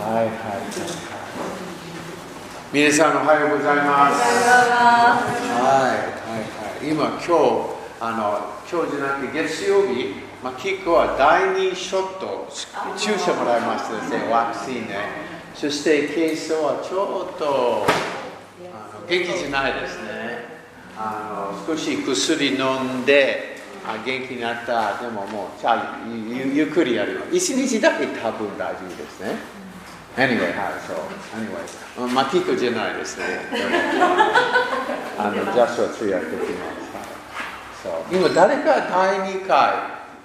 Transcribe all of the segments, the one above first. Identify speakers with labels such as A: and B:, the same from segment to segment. A: はいはい皆さんおはようございますはいはいはい今今日あの今日じゃなくて月曜日まあ、キックは第2ショット注射もらいましたですねワクチンねそしてケイソはちょっとあの元気じゃないですねあの少し薬飲んであ元気になったでももうじゃあゆゆゆっくりやるよ一日だけ多分大丈夫ですね Anyway, はい、そう。Anyway、まあ、キックじゃないですね。でもあの、ジャスは通訳できます。はいそう。今、誰か第2回、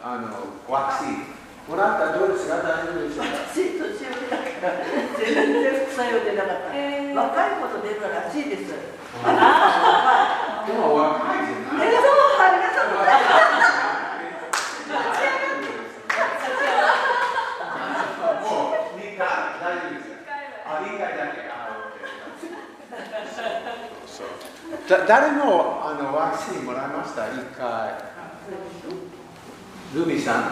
A: あの、ワクチン、もらったらどうですか大丈夫でしょうか
B: 暑い年寄りだから全然副作用出なかった、
C: へー
B: 若い子と出るのら暑いで
A: で
B: す
A: も若いじゃ
B: え
A: ない。
B: どうもありがとうございます
A: もう二回大丈夫ですよあ二回だけあ OK そうだ誰もあのワクチンもらいました一回ルミさん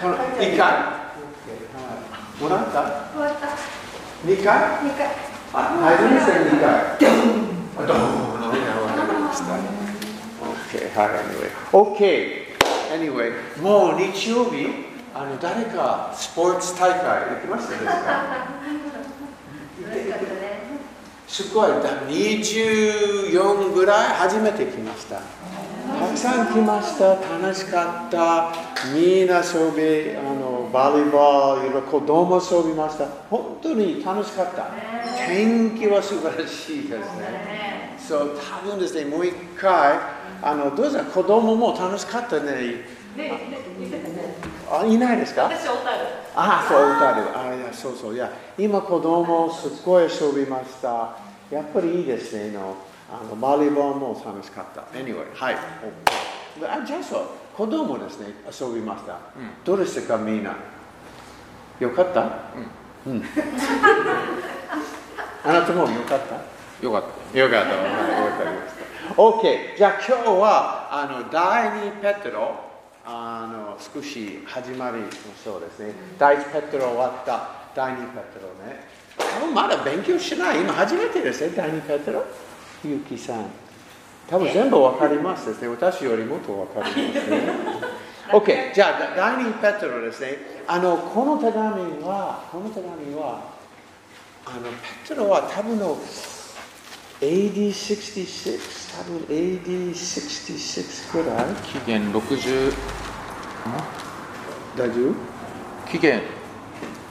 A: この一回 OK はいもらった
C: 終わった。
A: 二回
C: 二回。
A: あはいルミさん二回ドーンドーンわかりました OK はい anyway OK anyway もう日曜日あの誰かスポーツ大会行きましたですか
C: 嬉しかったね。
A: すごいだ24ぐらい初めて来ましたたくさん来ました楽しかったみんな遊びあのバレーボール子供遊びました本当に楽しかった天気は素晴らしいですね
C: ね。
A: そう多分ですねもう一回あのどうですか子供も楽しかったね
C: ね、見てたね。
A: あいないですか
C: 私、小樽。
A: ああそう歌るあいやそうそういや今子供すっごい遊びましたやっぱりいいですねのあのバレーボールも楽しかった anyway はいあじゃあそう子供ですね遊びました、どうでしたかみんなよかったうん、あなたもよかったよかった。よかった。わかりました。OK。じゃあ今日は、あの、第二ペテロ、あの、少し始まりのそうですね。第一ペテロ終わった。第二ペテロね。多分まだ勉強しない。今初めてですね。第二ペテロ。ゆきさん。多分全部わかりますですね。私よりもっとわかりますね。OK。じゃあ、第二ペテロですね。あの、この手紙は、この手紙は、あの、ペテロは多分の、AD66 多分 AD66 くらい
D: 期限60ん
A: 大丈
D: 期限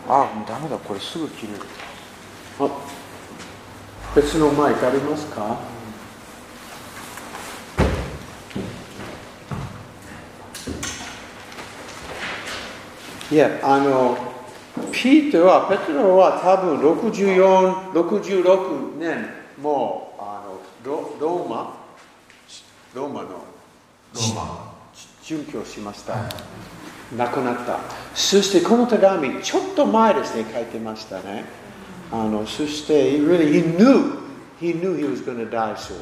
D: あもうダメだこれすぐ切る
A: 夫あ別のマイクありますかいやあのピートはペトロは多分6466年もうあのロローマローマの
E: ローマ
A: 殉教しました、亡くなったそしてこの手紙ちょっと前ですね書いてましたねあのそして he really he knew he knew he was going to die soon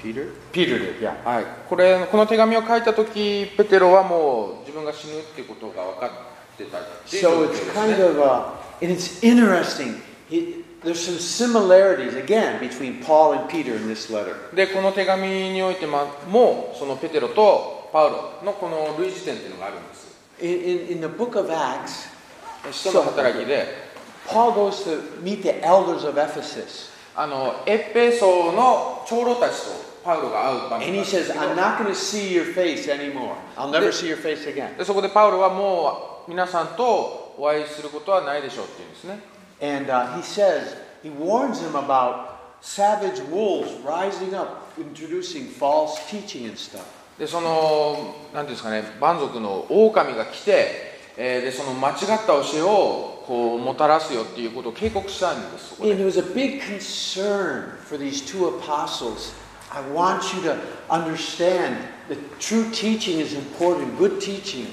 D: ピル
A: ピールでいや
D: はいこれこの手紙を書いた時ペテロはもう自分が死ぬっていうことが分かってたっていう状
A: so
D: 況
A: it's
D: ですね
A: kind of uh, and it's interesting he, there's some similarities again between Paul and Peter in this letter
D: でこの手紙においてまもうそのペテロとパウロのこの類似点っていうのがあるんです
A: in, in, in the book of Acts
D: 人の働きで
A: Paul goes to meet the elders of Ephesus
D: あのエッペソの長老たちとパウロが会う場面があるん
A: and he
D: ですけ
A: says
D: ど
A: I'm not going to see your face anymore I'll never see your face again
D: でそこでパウロはもう皆さんとお会いすることはないでしょうっていうんですね
A: And uh, he says, he warns them about savage wolves rising up, introducing false teaching and stuff.
D: でその何ていうんですかね蛮族の狼が来て、えーでその間違った教えをこうもたらすよっていうことを警告したんですそこ
A: And
D: で
A: it was a big concern for these two apostles. I want you to understand that true teaching is important, good teaching.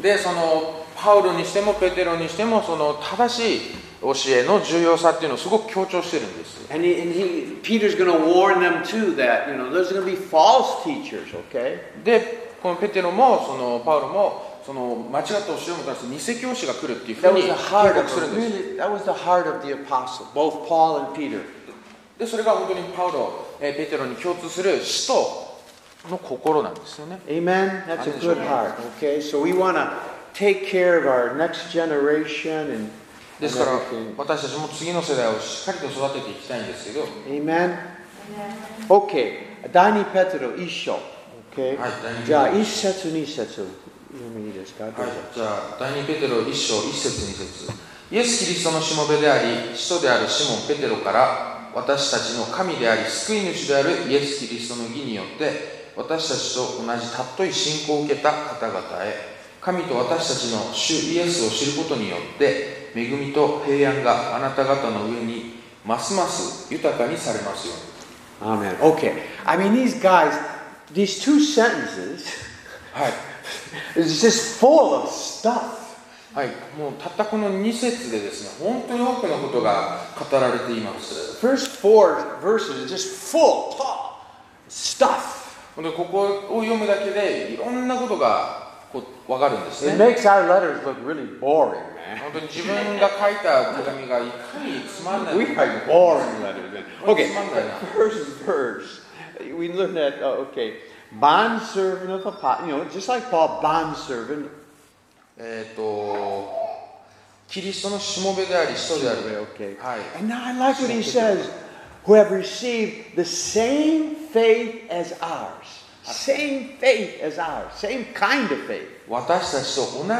D: でそのパウロにしてもペテロにしてもその正しい教えの重要さっていうのをすごく強調してるんです
A: And, he, and he, Peter's going to warn them too that, you know, there's going to be false teachers, okay?
D: でこのペテロもそのパウロもその間違った教えをもたらす偽教師が来るっていうふ
A: That
D: うに
A: was
D: 警
A: the heart
D: 告
A: of
D: するんです
A: really, that was the heart of the apostle, both Paul and Peter.
D: でそれが本当にパウロ、えーペテロに共通する使徒の心なんですよね
A: Amen. That's a good heart. Okay, so we want to take care of our next generation and,
D: で
A: and
D: すから
A: everything.
D: 私たちも次の世代をしっかりと育てていきたいんですけど、はい、
A: Amen. Okay, 第二ペテロ一章。Okay.
D: はい第二ペテロ
A: じゃあ一節二節読みいいですか。どうぞ
D: じゃあ第2ペテロ1章1節2節イエス・キリストのしもべであり使徒であるシモン・ペテロから私たちの神であり救い主であるイエス・キリストの義によって私たちと同じたっとい信仰を受けた方々へ神と私たちの主イエスを知ることによって恵みと平安があなた方の上にますます豊かにされますように
A: Amen. Okay. I mean, these guys, these two sentences
D: はい
A: is just full of stuff.
D: はい、もうたったこの2節でですね本当に多くのことが語られています
A: First four verses are just full, tall stuff.
D: でここを読むだけでいろんなことがこう分かるんです
A: It
D: ね
A: makes our letters look really boring, man.
D: 本当に自分が書いた手紙がいかにつまんない
A: We write boring letters. man.
D: つ
A: Okay.
D: まんないな
A: First verse. We learned that. Uh, okay. Bond servant of apostle. You know, just like Paul, bond servant.
D: えっ、とキリストのしもべであり使徒である
A: Okay.
D: はい
A: And now I like what he says. Who have received the same faith as ours. Same faith as ours. Same kind of faith.
D: 私たちと同じ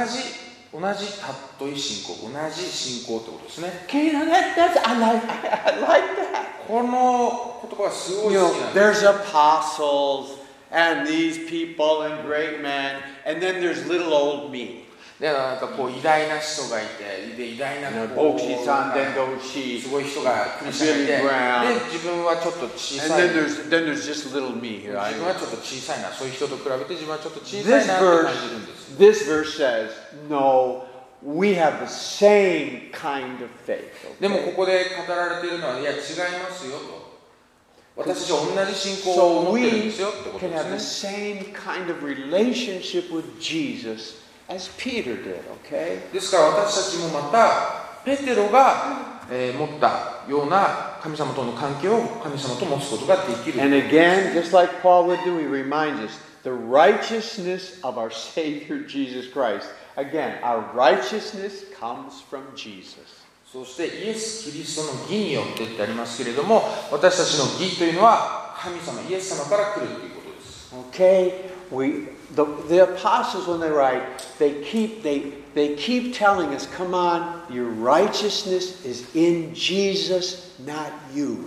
D: 同じたっとい信仰同じ信仰ってことですね
A: Okay, now that, that's, I like, I like that.
D: この言葉がすご
A: You
D: い好きな
A: know,
D: んです
A: there's apostles and these people and great men, and then there's little old me.
D: でなんかこう偉大な人がいてで偉大なこう
A: Boshi-san, Dendoshi.
D: すごい人がクリスチャンがいてで
A: Billy Graham
D: 自分はちょっと小
A: And
D: さい
A: then there's, then there's just little me here.
D: 自分
A: I,
D: はちょっと小さいな、そういう人と比べて自分はちょっと小さ
A: this
D: いなって感じるんで
A: verse,。
D: す
A: this verse says, no, we have the same kind of faith.
D: でも
A: okay?
D: ここで語られているのは、いや、違いますよと。私たちは同じ信仰を
A: So
D: 持ってるん
A: we
D: ですよってこと
A: can have
D: で
A: the
D: すね。
A: same kind of relationship with Jesus as Peter did, okay?
D: ですから私たちもまた、ペテロが、えー持ったような神様との関係を神様と持つことができる。
A: And again, just like Paul would do, he reminds us the righteousness of our Savior Jesus Christ. Again, our righteousness comes from Jesus.
D: そしてイエス・キリストの義によってってありますけれども、私たちの義というのは神様、イエス様から来るということです。
A: Okay? We the, the apostles when they write, they keep they they keep telling us, come on, your righteousness is in Jesus, not you.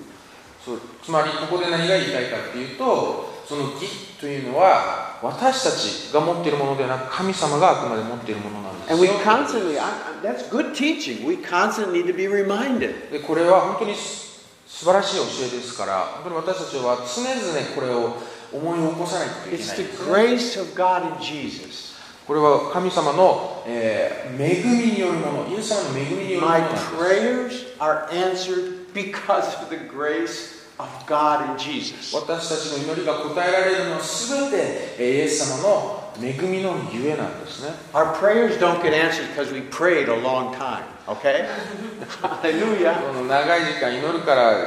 D: そうつまりここで何が言いたいかっていうとその義というのは私たちが持っているものではなく神様があくまで持っているものなんですよ
A: And we constantly, I, I- that's good teaching. We constantly need to be reminded.
D: でこれは本当にす素晴らしい教えですから本当に私たちは常々これを思い起こさないといけ
A: It's
D: ない
A: the
D: ですね
A: grace of God in Jesus.
D: これは神様の、えー恵みによるものイエス様の恵みによるもの
A: My
D: なんです
A: prayers are answered because of the grace of God in Jesus.
D: 私たちの祈りが答えられるのは全てえーイエス様の恵みのゆえなんですね
A: Our prayers don't get answered because we prayed a long time, okay? Hallelujah.
D: その長い時間祈るから、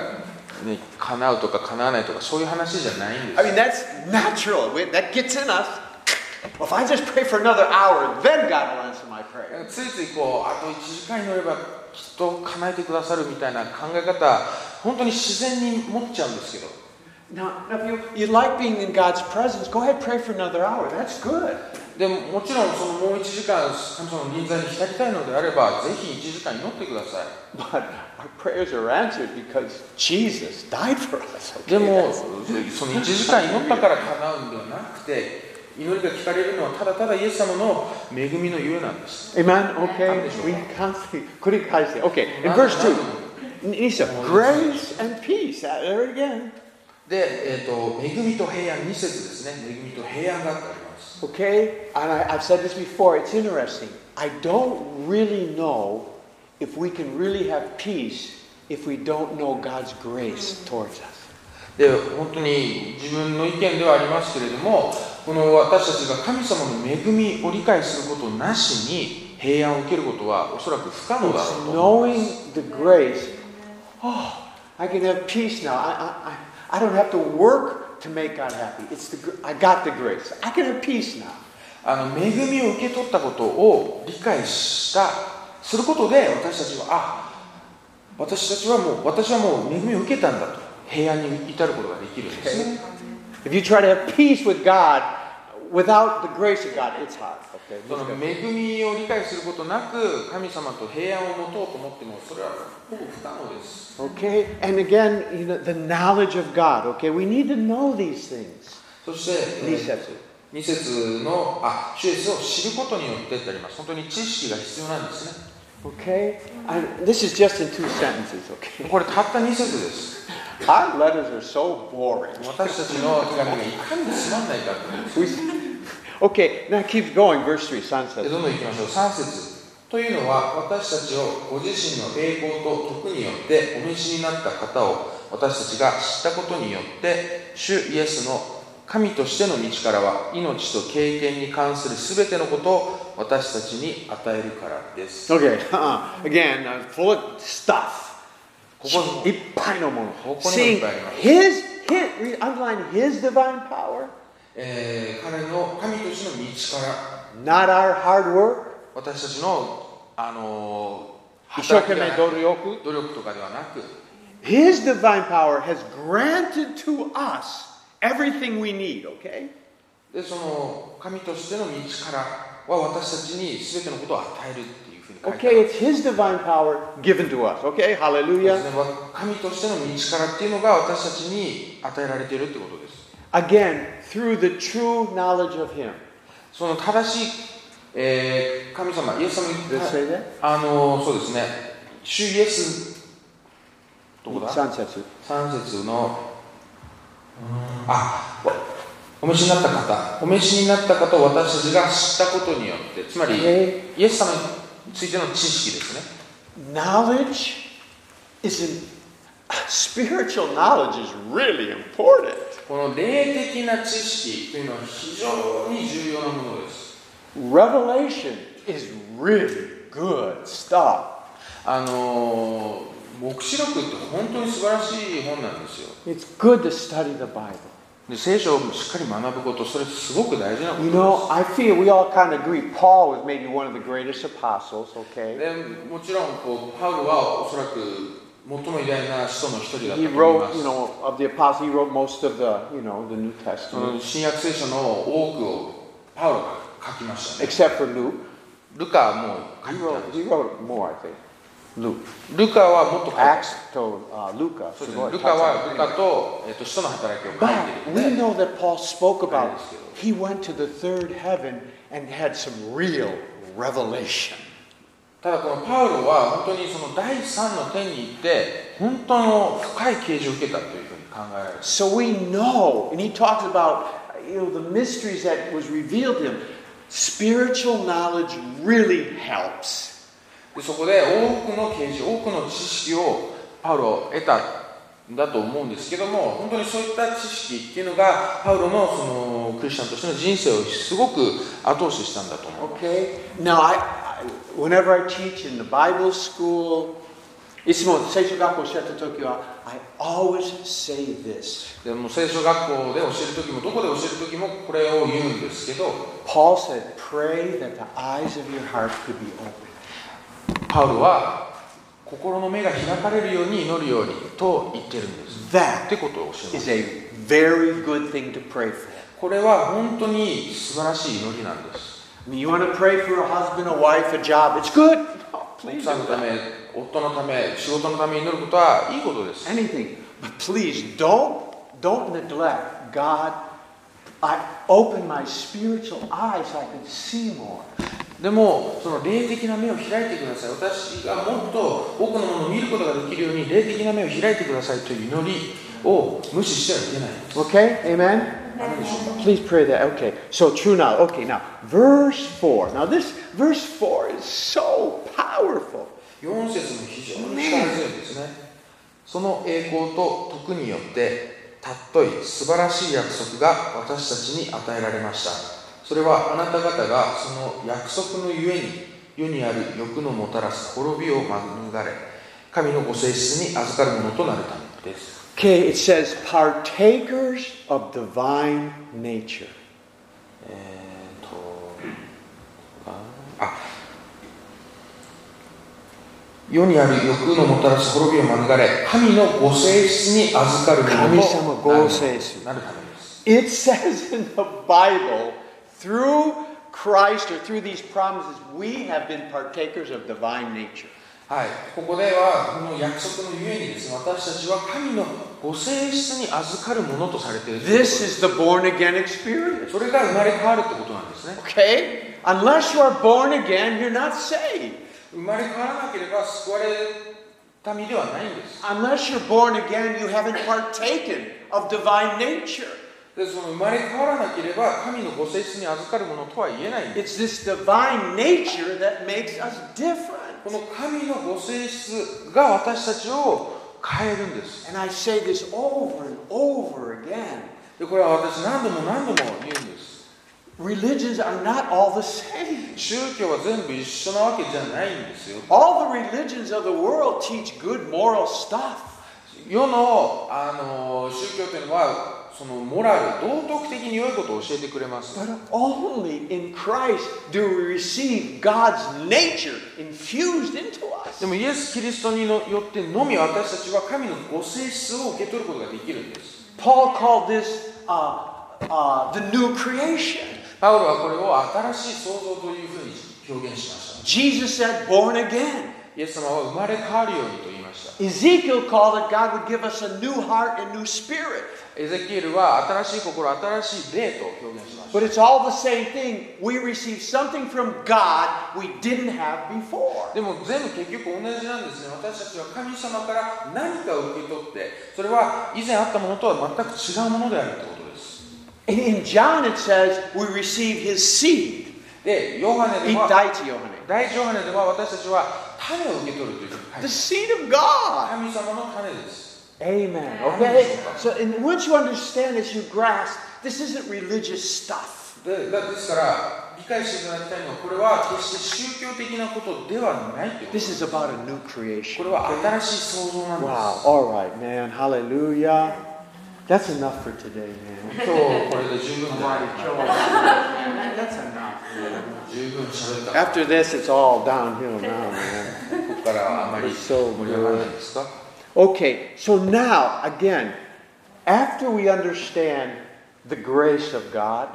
D: ね、叶うとか叶わないとかそういう話じゃないんで
A: I
D: す
A: mean, that's natural. We- That gets in us. Well, if I just pray for another hour, then God will answer my prayer.
D: ついついこうあと1時間祈ればきっと叶えてくださるみたいな考え方本当に自然に持っちゃうんですけど
A: Now, now if you, you like being in God's presence, go ahead pray for another hour. That's good.
D: でももちろんそのもう1時間神様の臨在に浸りたいのであればぜひ1時間祈ってくださ
A: But our prayers are answered because Jesus died for us.
D: いで
A: Okay?
D: も
A: That's-
D: その1時間祈ったから叶うんではなくて祈りが聞かれるのはただただイエス様の恵みのゆえなんです
A: Amen. Okay.
D: Amen.
A: We constantly couldn't quite say. Okay. In verse two, Nisa, grace and peace. Uh, There again.
D: で、えーと、恵みと平安2節ですね、恵みと平安があってあります。
A: Okay. And I, I've said this before. It's interesting. I don't really know if we can really have peace if we don't know God's grace towards us.
D: で、本当に自分の意見ではありますけれども、この私たちが神様の恵みを理解することなしに平安を受けることはおそらく不可能だろう
A: It's
D: と思います
A: knowing the grace. Oh, I can have peace now. I, I, I, I don't have to work to make God happy. It's the, gr- I got the grace. I can have peace now.
D: あの恵みを受け取ったことを理解したすることで私たちはあ私たちはもう私はもう恵みを受けたんだと平安に至ることができるんですね
A: If you try to have peace with God without the grace of God, it's hard. Okay?
D: その恵みを理解することなく神様と平安を持とうと思ってもそれはほぼ不可能です
A: Okay, and again, you know, the knowledge of God. Okay, we need to know these things.
D: そして
A: 二節
D: 2節のあ主イエスを知ることによってってあります本当に知識が必要なんですね
A: Okay, I, this is just in two sentences. Okay,
D: これたった2節です
A: our letters are so boring.
D: 私たちの手紙がいかにつまんないかっていう
A: We, okay, now keep going. Verse three, sunset.
D: でどんどん行きましょう3節というのは私たちをご自身の栄光と徳によってお召しになった方を私たちが知ったことによって主イエスの神としての道からは命と経験に関する全てのことを私たちに与えるからですこ
A: Okay, uh-uh. again, uh, full of stuff.
D: こも
A: いっぱいのもの。
D: ここにも
A: Seeing
D: いっぱいあります。
A: his, his, re- underline his divine power,
D: えー彼の神としての道から
A: not our hard work.
D: 私たちのあのー働きではなく
A: 一生懸命努力。
D: 努力とかではなく
A: His divine power has granted to us everything we need, okay?
D: でその神としての道からは私たちに全てのことを与えるっていうふうに書いてあ
A: Okay,
D: る
A: it's his divine power given to us, okay?
D: です
A: Hallelujah.
D: ねわ神としての道からっていうのが私たちに与えられているってことです
A: Again, through the true knowledge of him.
D: その正しい、えー神様イエス様に
A: Did it say that?
D: あのそうですね主イエスどこだ
A: Sunsetsu.
D: 3節のあおお召しになった方お召しになった方を私たちが知ったことによってつまり
A: え
D: イエス様についての知識ですね
A: Knowledge is in, spiritual knowledge is really important.
D: この霊的な知識というのは非常に重要なものです
A: Revelation is really good stuff.
D: あのー黙示録って本当に素晴らしい本なんですよ
A: It's good to study the Bible.
D: で聖書をしっかり学ぶことそれすごく大事なこと
A: You
D: で
A: know,
D: す
A: I feel we all kind of agree. Paul was maybe one of the greatest apostles, okay?
D: でもちろんこうパウロはおそらく最も偉大な人の一人だったと
A: He
D: 思いま
A: wrote,
D: す
A: you know, of the apostles, he wrote most of the, you know, the New
D: その
A: Testament,
D: 新約聖書の多くをパウロが書きましたね
A: except for Luke.
D: ルカはもう書
A: He
D: いてた
A: wrote,
D: んで
A: he wrote more, I think. Luke.
D: すルカはもっと書いてた
A: Acts to uh, Luca.
D: そうですねルカはルカと、えっと、使徒の働きを書い
A: But
D: て
A: we
D: る
A: know
D: ので
A: that Paul spoke about he went to the third heaven and had some real revelation.
D: ただこのパウロは本当にその第三の天に行って本当の深い啓示を受けたというふうに考えられます
A: So we know, and he talks about you know the mysteries that was revealed to him. Spiritual knowledge really helps.
D: でそこで多くの啓示多くの知識をパウロは得たんだと思うんですけども本当にそういった知識っていうのがパウロのそのクリスチャンとしての人生をすごく後押ししたんだと思う
A: Okay. Now I, I whenever I teach in the Bible school, いつも聖書学校を教えた時は I always say this.
D: でもう聖書学校で教える時もどこで教える時もこれを言うんですけど
A: Paul said, "Pray that the eyes of your heart could be opened."
D: パウロは心の目が開かれるように祈るようにと言ってるんですっ
A: That
D: てことを教えます
A: is a very good thing to pray for.
D: これは本当に素晴らしい祈りなんです
A: I mean, you want to pray for a husband, a wife, a job. It's good. No,
D: 奥
A: please
D: さんの
A: do
D: た
A: that.
D: め夫のため仕事のため祈ることはいいことです
A: Anything. But please don't don't neglect God. I open my spiritual eyes so I can see more.
D: でもその霊的な目を開いてください私がもっと多くのものを見ることができるように霊的な目を開いてくださいという祈りを無視してはいけない
A: Okay? Amen?
D: 何でしょうか
A: Please pray that. Okay. So true now. Okay, now verse 4. Now this verse 4 is so powerful.
D: 4節も非常に力強いですね。その栄光と徳によってたっとい素晴らしい約束が私たちに与えられましたそれはあなた方がその約束のゆえに世にある欲のもたらす滅びを免れ神のご性質に預かるものとなるためです
A: Okay, it says partakers of divine nature.
D: えー、とあ世にある欲のもたらす滅びを免れ神のご性質に預かるものと
A: 神様ご性質
D: なるためです
A: It says in the Bible, through Christ or through these promises, we have been partakers of divine nature.
D: はい、ここではこの約束のゆえにですね私たちは神のご性質に預かるものとされているということで
A: This
D: す
A: is the born again experience.
D: それが生まれ変わるってことなんですね
A: Okay? Unless you are born again, you're not saved.
D: 生まれ変わらなければ救われた身ではないんです
A: Unless you're born again, you haven't partaken of divine nature.
D: でその生まれ変わらなければ神のご性質に預かるものとは言えないんです
A: It's this divine nature that makes us different.
D: この神のご性質が私たちを変えるんです
A: And I say this over and over again.
D: でこれは私何度も何度も言うんです
A: Religions are not all the same.
D: 宗教は全部一緒なわけじゃないんですよ
A: All the religions of the world teach good moral stuff.
D: 世のあの宗教というのはそのモラル道徳的に良いことを教えてくれます
A: But only in Christ do we receive God's nature infused into us.
D: でもイエス・キリストによってのみ私たちは神のご性質を受け取ることができるんです
A: Paul called this uh, uh, the new creation.
D: パウロはこれを新しい創造というふうに表現しました
A: Jesus said, born again.
D: イエス様は生まれ変わるようにと言いました
A: Ezekiel called it God would give us a new heart and new spirit.
D: エゼキエルは新しい心、新しい霊と表現しました。
A: But it's all the same thing. We receive something from God we didn't have before.
D: でも全部結局同じなんですね。私たちは神様から何かを受け取って、それは以前あったものとは全く違うものであるということです。
A: And in John it says we receive his seed.
D: で、ヨハネで
A: Eat
D: は、
A: diet, Yohanan.
D: 第一ヨハネでは私たちは種を受け取るという、
A: The seed of God.
D: 神様の種です。
A: Amen. Okay? So and once you understand this, you grasp this isn't religious stuff.
D: でだですから、理解していただきたいのは、これは決して宗教的なことではないということで
A: This
D: す。
A: is about a new
D: こ
A: creation.
D: れは新しい創造なんです。
A: Wow. All right, man. Hallelujah. That's enough for today, man.
D: 今日これで十分じゃないかな
A: That's enough.
D: 十分喋った。
A: After this, it's all downhill now, man.
D: ここからはあまり盛り上がらないですか
A: Okay, so now, again, after we understand the grace of God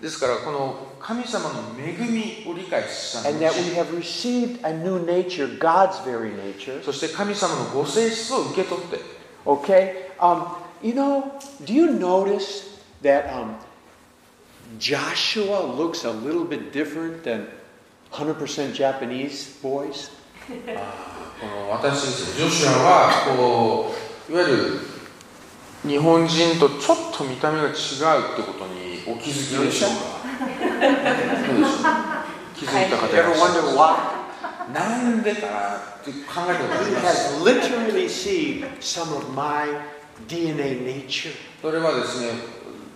D: ですからこの神様の恵みを理解したの
A: and that we have received a new nature, God's very nature,
D: そして神様のご性質を受け取って
A: okay, um, you know, do you notice that um, Joshua looks a little bit different than 100% Japanese boys?
D: この私たちジョシュアはこういわゆる日本人とちょっと見た目が違うってことにお気づきでしょう かどうでしょう気づいた方
A: You
D: いら
A: ever
D: っしゃいま
A: wonder why?
D: すなんでかなって考えたことあ
A: He
D: ります
A: has literally received some of my DNA nature.
D: それはですね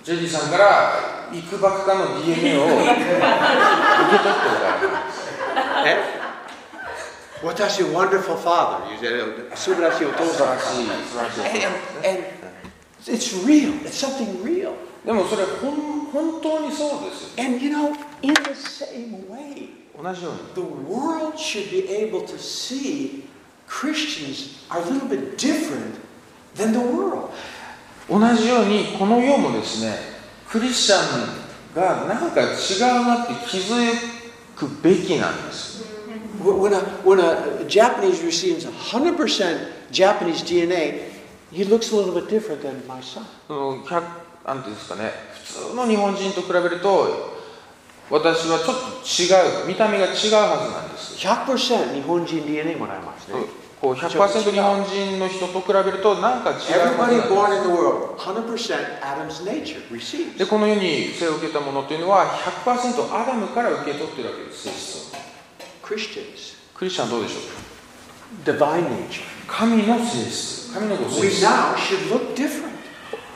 D: ジェリーさんからいくばくかの DNA を受け取っておられる
A: What a Eh? wonderful father. You said, "素晴らしいお父さん."
D: 素晴らしい素晴らしい
A: And, and it's real. It's something real.
D: でもそれほん本当にそうですよ
A: And you know, in the same way,
D: 同じように
A: the world should be able to see Christians are a little bit different than the world.
D: 同じようにこの世もですねクリスチャンがなんか違うなって気づくべきなんです
A: When a, when a Japanese receives 100% Japanese DNA, he looks a little bit different than my son.
D: その100なんていうんですかね普通の日本人と比べると私はちょっと違う見た目が違うはずなんです
A: 100%日本人 DNA もらいますね。
D: こう100%日本人の人と比べるとなんか違うはずなん
A: Everybody
D: です
A: born in the world, 100% Adam's nature receives.
D: でこの世に生を受けたものというのは100%アダムから受け取ってるわけです性質を
A: Christians,
D: クリスチャンどうでしょう
A: divine nature.
D: 神の性質神のご性
A: We
D: 質
A: now should look different.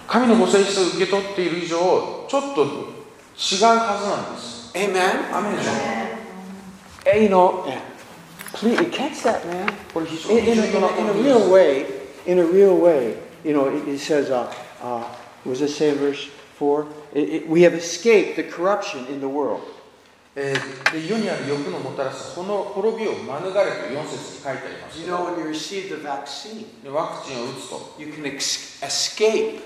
D: か神のご性質を受け取っている以上、ちょっと違うはずなんです。
A: Amen.
D: アメンでしょ
A: And, you know, please catch that, man.
D: これ非常
A: In,
D: に
A: in,
D: 重
A: a,
D: 要
A: in,
D: な
A: a, in a
D: こと
A: real
D: です。
A: way, in a real way, you know, it, it says, uh, uh, was it say verse 4? It, it, we have escaped the corruption in the world.
D: えーで世にある欲のもたらすこの滅びを免れと4節に書いてあります
A: You know, when you receive the vaccine,
D: でワクチンを打つと
A: you can ex- escape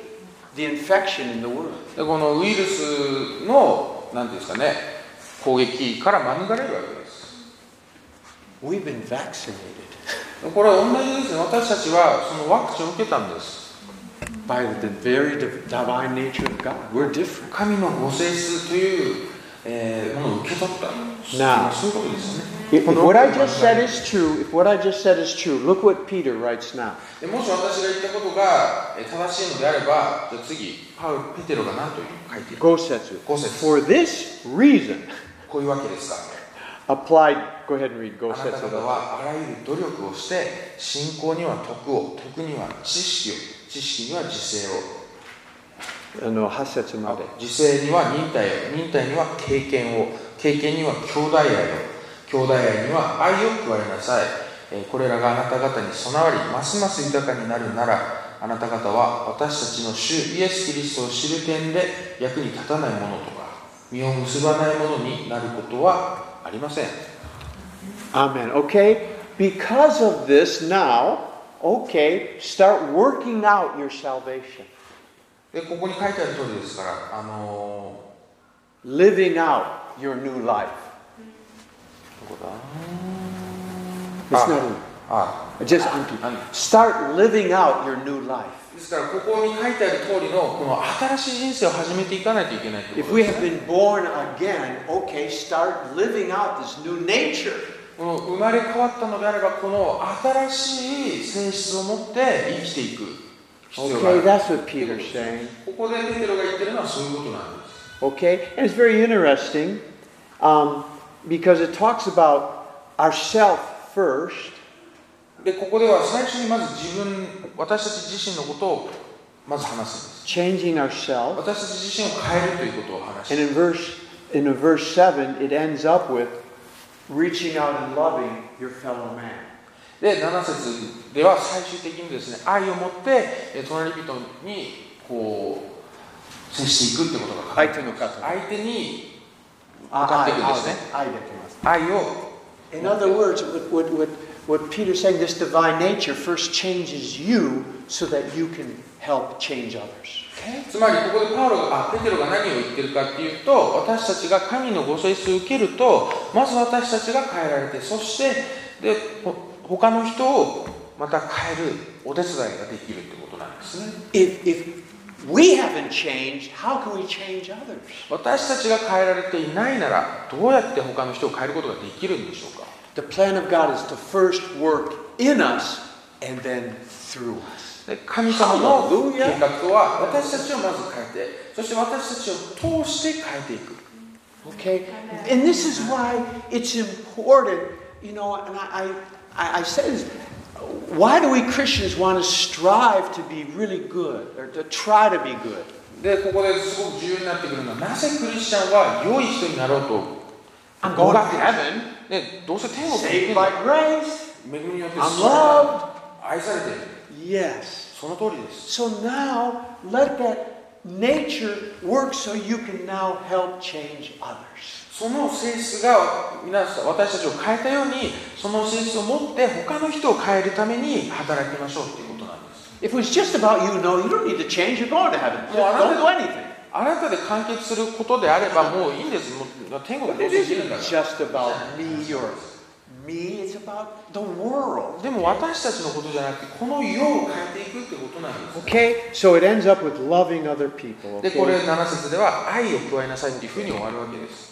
A: the infection in the world.
D: でこのウイルスのなんていうんですかね攻撃から免れるわけです
A: We've been vaccinated
D: でこれは同じですね私たちはそのワクチンを受けたんです
A: by the very div- divine nature of God. We're different.
D: 神のご性質という、えーものを受け取った
A: なあ
D: そういうことですよね
A: If what I just said is true, if what I just said is true, look what Peter writes now.
D: でもし私が言ったことがえー正しいのであればじゃあ次パウペテロが何と書いている
A: Gosetsu.
D: 5節
A: For this reason,
D: こういうわけですか
A: applied. Go ahead and read
D: あなた
A: Gosetsu.
D: 方はあらゆる努力をして信仰には徳を徳には知識を知識には自制を
A: Uh, No, Hasetsu made.
D: 自制には忍耐を忍耐には経験を経験には兄弟愛を兄弟愛には愛を加えなさいえーこれらがあなた方に備わりますます豊かになるならあなた方は私たちの主イエス・キリストを知る点で役に立たないものとか実を結ばないものになることはありません
A: Amen. Okay? Because of this, now, okay, start working out your salvation,
D: でここに書いてある通りですからあのー
A: living out your new life.
D: どこだ
A: It's not
D: あ
A: just empty.
D: あ
A: Start living out your new life.
D: ですからここに書いてある通りのこの新しい人生を始めていかないといけないという
A: If
D: こと
A: we
D: です
A: have
D: ね
A: been born again, okay, start living out this new nature.
D: この生まれ変わったのであればこの新しい性質を持って生きていく必要があ
A: Okay,
D: る
A: that's what Peter's saying.
D: ここでペテロが言ってるのはそういうことなんです
A: Okay, and it's very interesting um, because it talks about ourself first,
D: でここでは最初にまず自分私たち自身のことをまず話すんです
A: changing ourselves,
D: 私たち自身を変えるということを話
A: and in
D: し
A: verse in the verse seven, it ends up with reaching out and loving your fellow man.
D: で7節では最終的にですね愛を持ってえー隣人にこう接していくってことが書かれて
A: 相
D: ます
A: 手の方
D: 相手に
A: I- I-
D: 向かっていくんですね。
A: I- I get toます。
D: 愛を
A: In other words, what, what, what, what Peter's saying, this divine nature first changes you so that you can help change others.
D: つまりここでパウロがあペテロが何を言ってるかっていうと私たちが神のご性質を受けるとまず私たちが変えられてそしてでほ他の人をまた変えるお手伝いができるってことなんですね
A: If, if we haven't changed, how can we change others?
D: 私たちが変えられていないならどうやって他の人を変えることができるんでしょうか
A: The plan of God is to first work in us and then through us.
D: で神様の計
A: Hallelujah.
D: 画は私たちをまず変えてそして私たちを通して変えていく
A: Okay? And this is why it's important, you know, and I, I, I say this. Why do we Christians want to strive to be really good or to try to be good?
D: でここですごく重要になってくるのはなぜクリスチャンは良い人になろうと
A: I'm
D: も
A: going to
D: がく
A: heaven,
D: ね、どうせ天国に
A: saved
D: 行く
A: by
D: んだ
A: grace,
D: 恵みによって
A: I'm
D: 救われ
A: loved.
D: た愛されている
A: Yes.
D: その通りです
A: So now let that nature work so you can now help change others.
D: その性質が皆さん私たちを変えたようにその性質を持って他の人を変えるために働きましょうっていうことなんです
A: If it was just about you, no, you don't need to change. You're going to heaven. Just
D: Well, I
A: don't
D: don't
A: do anything.
D: あなたで完結することであればもういいんですもう天国
A: But
D: どう
A: it
D: せ行けるんだか
A: isn't just about me or me. It's about the
D: ら
A: world.
D: でも私たちのことじゃなくてこの世を変えていくってことなんです
A: Okay, so it ends up with loving other people.
D: でこれ7節では愛を加えなさいっていうふうに終わるわけです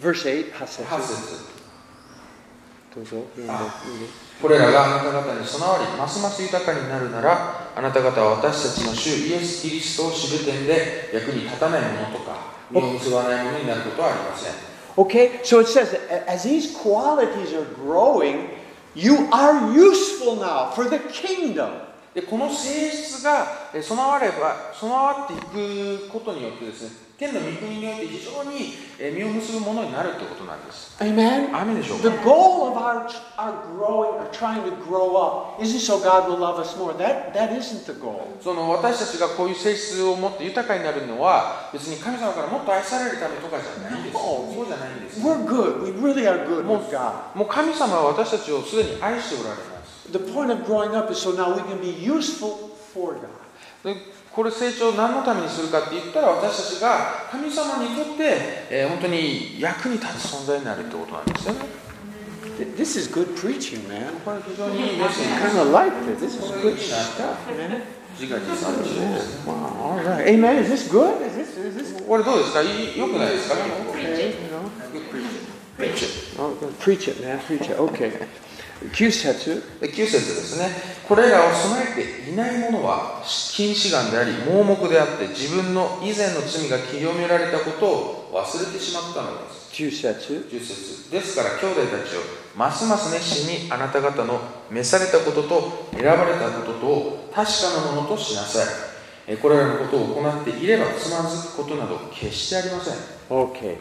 A: Verse 8.
D: 8
A: Hasetsu.
D: 節
A: Dozo, read it,
D: Ah.
A: read it.
D: これらがあなた方に備わりますます豊かになるならあなた方は私たちの主イエス・キリストを知る点で役に立たないものとか実を結ばないものになることはありません
A: Okay, so it says that as these qualities are growing, you are useful now for the kingdom.
D: でこの性質がえー備われば備わっていくことによってですね天の御国において非常にえー実を結ぶものになるということなんです
A: Amen.
D: 雨でしょう
A: The
D: か
A: goal of our, our growing, our trying to grow up, isn't so God will love us more. That, that isn't the goal.
D: その私たちがこういう性質を持って豊かになるのは別に神様からもっと愛されるためとかじゃないんです
A: No.
D: そうじゃないんです
A: We're good. We really are good
D: も
A: with God.
D: うもう神様は私たちをすでに愛しておられます
A: The point of growing up is so now we can be useful for God.
D: でこれ成長を何のためにするかって言ったら私たちが神様にとって、えー本当に役に立つ存在になるってことなんですよね
A: Th- This is good preaching, man.
D: これ非常にいいメッセージ
A: kind of like this. This is
D: これいい
A: good
D: な
A: stuff, man.
D: 自画自賛中ですね
A: Wow. All right. Amen. Is this good? Is this, is this
D: これどうですかいい良くないですか
A: okay? You know?
D: Preach it
A: Oh, preach it, man. Preach it. Okay. Kyusetsu.
D: で9節ですねこれらを備えていないものは近視眼であり盲目であって自分の以前の罪が清められたことを忘れてしまったのです
A: Kyusetsu.
D: 10節ですから兄弟たちをますます熱心にあなた方の召されたことと選ばれたこととを確かなものとしなさいえこれらのことを行っていればつまずくことなど決してありません
A: Okay.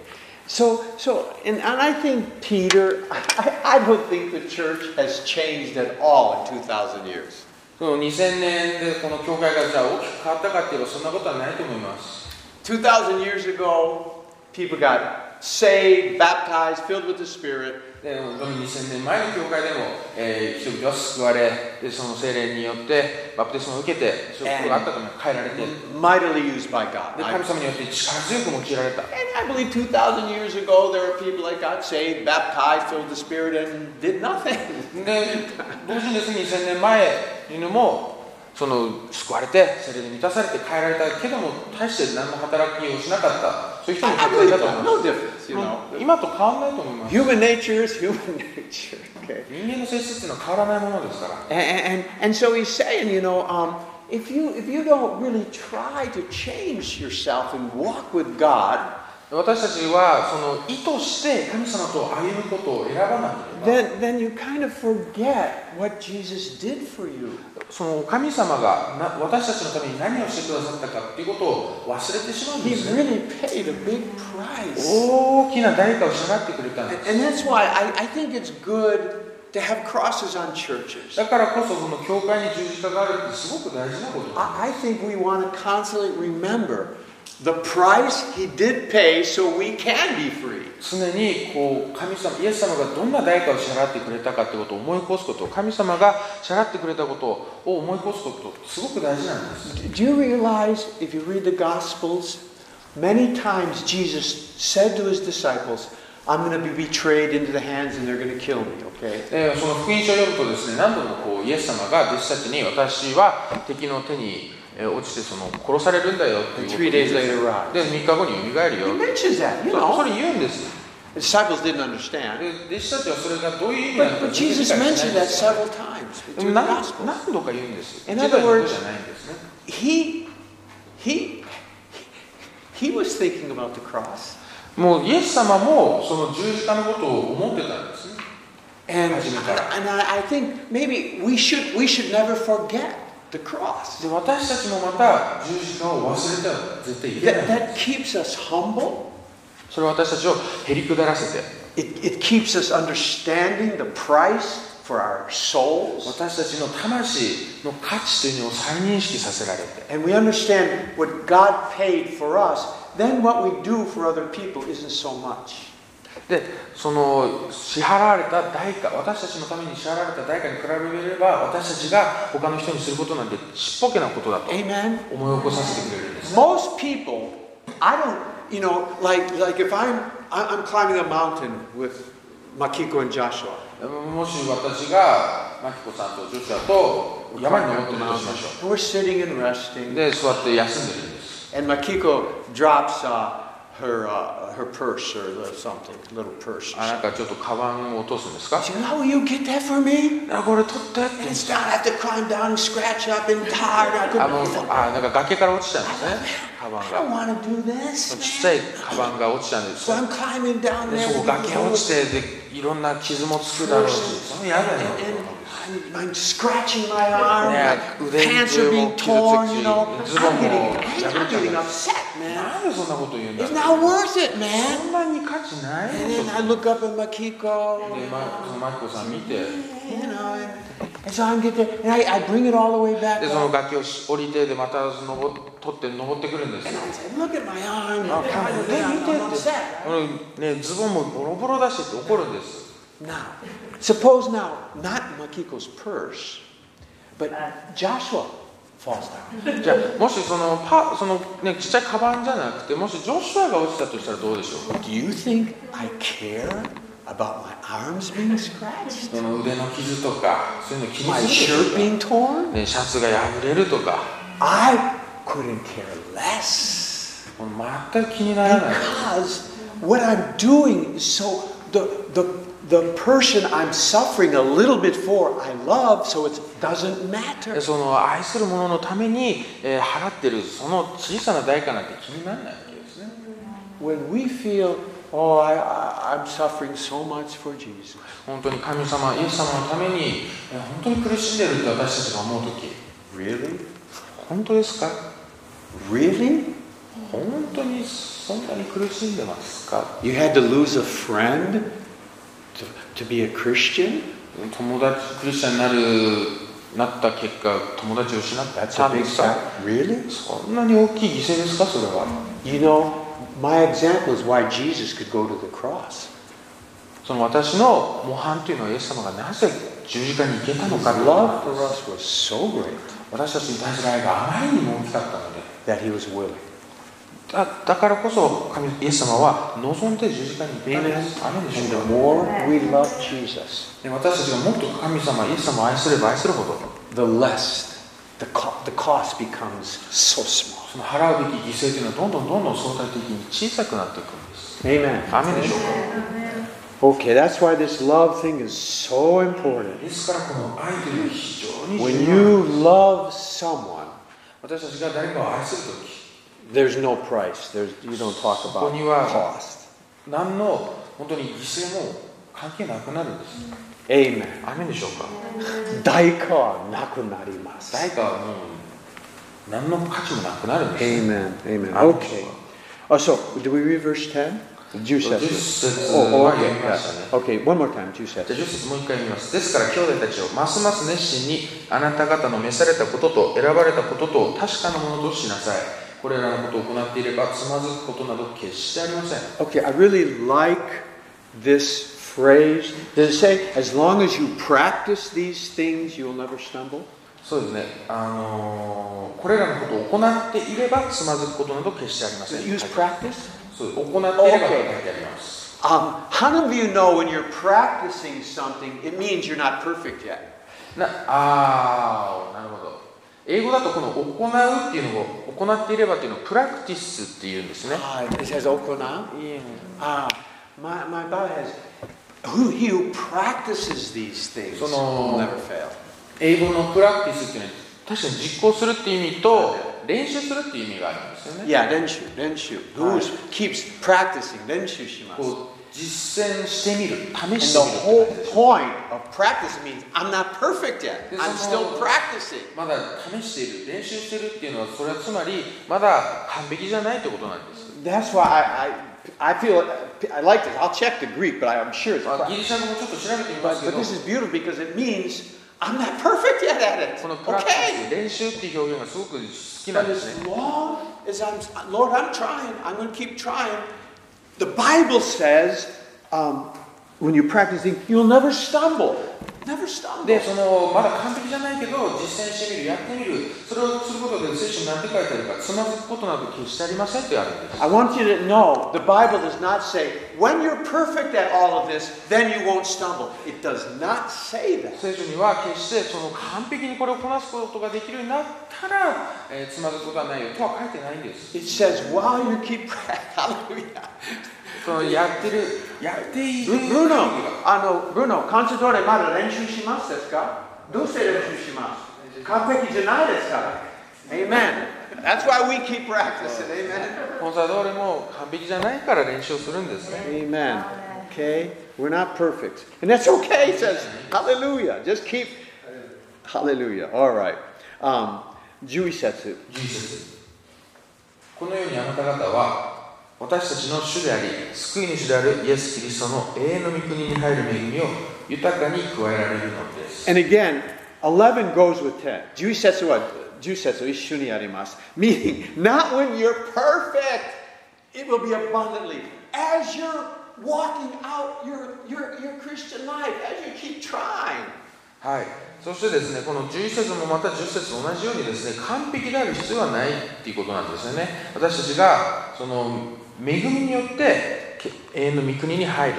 A: So, so, and, and I think Peter, I, I I don't think the church has changed at all in 2,000 years.
D: その2000年でこの教会がじゃあ大きく変わったかっていえばそんなことはないと思います
A: 2,000 years ago, people got saved, baptized, filled with the Spirit.
D: で本当に2000年前の教会でも、えー人々は救われでその聖霊によってバプテスマを受けてそういうことがあったとも変えられてで
A: Mightily used by God.
D: 神様によって力強く用いられた
A: and I believe 2,000 years ago, there were people that got saved, baptized, filled with the Spirit, and did nothing.
D: で同時にですね2000年前というのもその救われて聖霊で満たされて変えられたけども大して何も働きをしなかったそういう人も
A: I
D: たくさんい
A: believe
D: たと思
A: that.
D: いま
A: No difference,
D: す
A: you know.
D: もう今と変わらないと思います
A: Human nature is human nature. Okay.
D: 人間の性質っていうのは変わらないものですから
A: And, and, and so he's saying, you know, um, if, you, if you don't really try to change yourself and walk with God,
D: 私たちはその意図して神様と歩むことを選ばなければ
A: then, then you kind of forget what Jesus did for you.
D: その神様がな私たちのために何をしてくださったかっていうことを忘れてしまうん
A: He
D: ですね
A: really paid a big price.
D: 大きな代価を支払ってくれたん
A: And,
D: で
A: and that's why I, I think it's good to have crosses on
D: す
A: churches.
D: だからこそその教会に十字架があるってすごく大事なことなんで
A: I, I think we want to constantly remember the price he did pay so we can be free.
D: す常にこう神様イエス様がどんな代価を支払ってくれたかってことを思い起こすこと神様が支払ってくれたことを思い起こすことすごく大事なんです
A: Do you realize, if you read the Gospels, many times Jesus said to his disciples, I'm going to be betrayed into the hands and they're going to kill me, okay?
D: えーその福音書を読むとですね何度もこうイエス様が弟子たちに私は敵の手にえー落ちてその殺されるんだよっていうことを言うんで
A: And three days
D: す
A: later, rise.
D: で3日後に蘇る
A: He
D: よ
A: mentions that, you
D: そそ
A: know.
D: れ言うんです
A: The disciples didn't understand.
D: で弟子たちはそれがどういう意味なの
A: But,
D: か
A: but Jesus
D: 全然理解し
A: mentioned
D: ないんで
A: that
D: すよ
A: several times
D: で
A: through
D: も
A: the
D: 何
A: Gospels.
D: 何度か言うんですよ
A: In
D: 一
A: other
D: 度や二度
A: words-
D: じゃないんですね
A: He, he, he was thinking about the cross.
D: もうイエス様もその十字架のことを思ってたんですね
A: And, and
D: 初めから
A: I, I think maybe we should, we should never forget the cross.
D: で私たちもまた十字架を忘れては絶対いけない
A: That, that keeps us humble.
D: それは私たちをへりくだらせて
A: It, it keeps us understanding the price for our souls.
D: 私たちの魂の価値というのを再認識させられて
A: And we understand what God paid for us, then what we do for other people isn't so much.
D: でその支払われた代価私たちのために支払われた代価に比べれば私たちが他の人にすることなんてちっぽけなことだと
A: Amen?
D: 思い起こさせてくれるんですね
A: Most people, I don't, you know, like, like if I'm, I- I'm climbing a mountain with Makiko and Joshua.
D: もし私がマキコさんとジョシュアと山に登ってるとしましょ
A: And we're sitting and
D: う
A: resting,
D: で座って休んでるんです
A: and Makiko drops uh, her, uh, her purse or something, little purse.
D: あなんかちょっとカバンを落とすんですか
A: She said, oh, you get that for me?
D: あこれ取ってって
A: And it's not, I have to climb down and scratch up and tired. I
D: あもう
A: couldn't.
D: あなんか崖から落ちちゃうんですねカバ
A: I
D: ン
A: don't
D: が
A: want to do this.
D: ちっちゃ
A: Man.
D: いカバンが落ちちゃうんです
A: So I'm climbing down
D: で
A: there.
D: そ
A: with
D: こ崖落
A: these
D: ちてでいろんな傷もつくだろうし、そのやだよ。
A: I'm, I'm scratching my arm.
D: ね
A: my
D: 腕
A: pants are
D: 中
A: being
D: も傷つき、
A: torn, you know.
D: ズボン
A: I'm
D: も
A: getting,
D: 破
A: I'm
D: れちゃ
A: getting
D: う。
A: upset, man.
D: なんでそんなこと言うんだ
A: It's not worth it,
D: そ
A: man.
D: んなに価値ない
A: And
D: でしょ
A: then I look up at Makiko,
D: で、まあ、そのマキコさん見て、で、
A: you know, and, and so I get there, and I, I bring it all the way back
D: その
A: up.
D: 崖を降りて、で、また登っ取って登ってくるんですよ。
A: I say, look at my arm.
D: Oh, come
A: Look
D: on.
A: at my arm. I'm upset.
D: このね、ズボンもボロボロだしって怒るんです。
A: Now, suppose now, not Makiko's purse, but Joshua falls down.
D: じゃあ、もしそのパ、そのね、ちっちゃいカバンじゃなくて、もしジョシュアが落ちたとしたらどうでしょう
A: Do you think I care about my arms being scratched?
D: その腕の傷とか、そういうの気
A: My
D: にする
A: shirt
D: でしょ
A: being torn?
D: ね、シャツが破れるとか、
A: I couldn't care less
D: もう全く気にならない。
A: because what I'm doing is so the the the person I'm suffering a little bit for I love, so it doesn't
D: で
A: matter.
D: その愛する者のために、えー払ってるその小さな代価なんて気にならないわけですね。
A: When we feel, oh, I, I I'm suffering so much for Jesus,
D: 本当に神様、イエス様のために、えー本当に苦しんでるって私たちが思うとき、
A: really,
D: 本当ですか
A: really,
D: 本当にそんなに苦しんでますか
A: you had to lose a friend to, to be a Christian.
D: 友達、クリスチャンになる、なった結果、友達を失ってたんですか
A: sac- Really?
D: そんなに大きい犠牲ですかそれは。
A: You know, my example is why Jesus could go to the cross.
D: その私の模範というのはイエス様がなぜ十字架に行けた
A: His
D: のかということなん
A: love
D: です
A: for us was so great
D: 私たちに対する愛があまりにも大きかったので
A: that he was willing.
D: だだからこそ神イエス様は望んで十字架に行ったんです
A: Amen.
D: アメンでし
A: And the
D: ょうか
A: more we love Jesus,
D: で私たちがもっと神様イエス様を愛すれば愛するほど
A: the less the, co- the cost becomes so small.
D: その払うべき犠牲というのはどんどんどんどん相対的に小さくなっていくんです
A: Amen.
D: アメンでしょうか
A: Okay, that's why this love thing is so important.
D: ですからこの愛というのは非常に
A: When
D: 重要
A: you love someone,
D: 私たちが誰かを愛するとき
A: there's no price. There's, you don't talk about
D: そこには-
A: cost.
D: 何の本当に犠牲も関係なくなるんです
A: Amen.
D: アメンでしょうか
A: 大化はなくなります。
D: 誰かはもう何の価値もなくなるんです
A: Amen. Amen.
D: Amen.
A: Okay. Oh, so do we read verse 10? Jew says
D: Juice
A: this.
D: says,
A: Oh,
D: uh,
A: okay.
D: yeah,
A: yeah. Okay, one more time. Jew says.
D: じゃあ10節もう一回見ます。ですから兄弟たちをますます熱心にあなた方の召されたことと選ばれたこととを確かなものとしなさい。これらのことを行っていればつまずくことなど決してありません。
A: Okay, I really like this phrase. Does it say, as long as you practice these things, you'll never stumble?
D: そうですね。あのーこれらのことを行っていればつまずくことなど決してありませ
A: Does
D: ん。
A: it use
D: はい
A: practice?
D: そう行っていればと書いてあります。
A: Um, how many of you know when you're practicing something, it means you're not perfect yet?
D: なあー、なるほど。英語だとこの行うっていうのを行っていればっていうのをプラクティスっていうんですね。
A: Ah, it says okona. Ah, my, my Bible has, who, he who practices these things
D: So no-
A: will never fail.
D: 英語のプラクティスっていうのは確かに実行するっていう意味と練習するっていう意味があるんですよね。
A: Yeah, denshu, denshu. Who is- keeps practicing denshu
D: こ
A: shimasu.
D: う実践してみる、
A: And
D: 試して
A: the
D: みるっ
A: whole
D: て感じでしょ
A: point of practice means I'm not perfect yet.
D: This
A: I'm
D: is
A: still
D: all-
A: practicing.
D: まだ試している、練習してるっていうのはそれはつまりまだ完璧じゃないってことなんです。
A: That's why I, I, I feel I like this. I'll check the Greek, but I'm sure it's
D: まあ、ギ
A: practice.
D: リシャ語もちょっと調べてみま
A: But,
D: すけ
A: but
D: ど、
A: this is beautiful because it means I'm not perfect yet at
D: この
A: it.
D: プラクテ
A: Okay.
D: ィス、練習っていう表現がすごく好きな
A: But
D: んですね
A: as。long as I'm, Lord, I'm trying. I'm going to keep trying. The Bible says um, when you practice, things, you'll never stumble. Never stumble.
D: で、そのまだ完璧じゃないけど、実践してみる、やってみる、それをすることで聖書に何て書いてあるか、つまずくことなど決してありませんってあるんです。
A: I want you to know the Bible does not say, when you're perfect at all of this, then you won't stumble. It does not say that.
D: 聖書には決してその完璧にこれをこなすことができるようになったら、えーつまずくことはないよとは書いてないんです
A: It says, while you keep practicing. Hallelujah.
D: そのやってるやっている
A: Bru- Bruno, あの, Bruno, 関節どれまだ練習しますですかどうして練習します完璧じゃないですから Amen. That's why we keep practicing. Amen.
D: コンサドーレも完璧じゃないから練習をするんですね
A: Amen. Okay? We're not perfect. And that's okay, it says. Hallelujah. Just keep. Hallelujah. All right. Um, Juisetsu.
D: 11節このようにあなた方は私たちの主であり救い主であるイエス・キリストの永遠の御国に入る恵みを豊かに加えられるのです
A: And again, 11 goes with 10. Juisetsu wa Juisetsu ishuni arimasu. Meaning, not when you're perfect, it will be abundantly. As you're walking out your, your, your Christian life, as you keep trying.
D: はい、そしてですねこの11節もまた10節と同じようにですね完璧である必要はないっていうことなんですよね私たちがその恵みによってけ永遠の御国に入る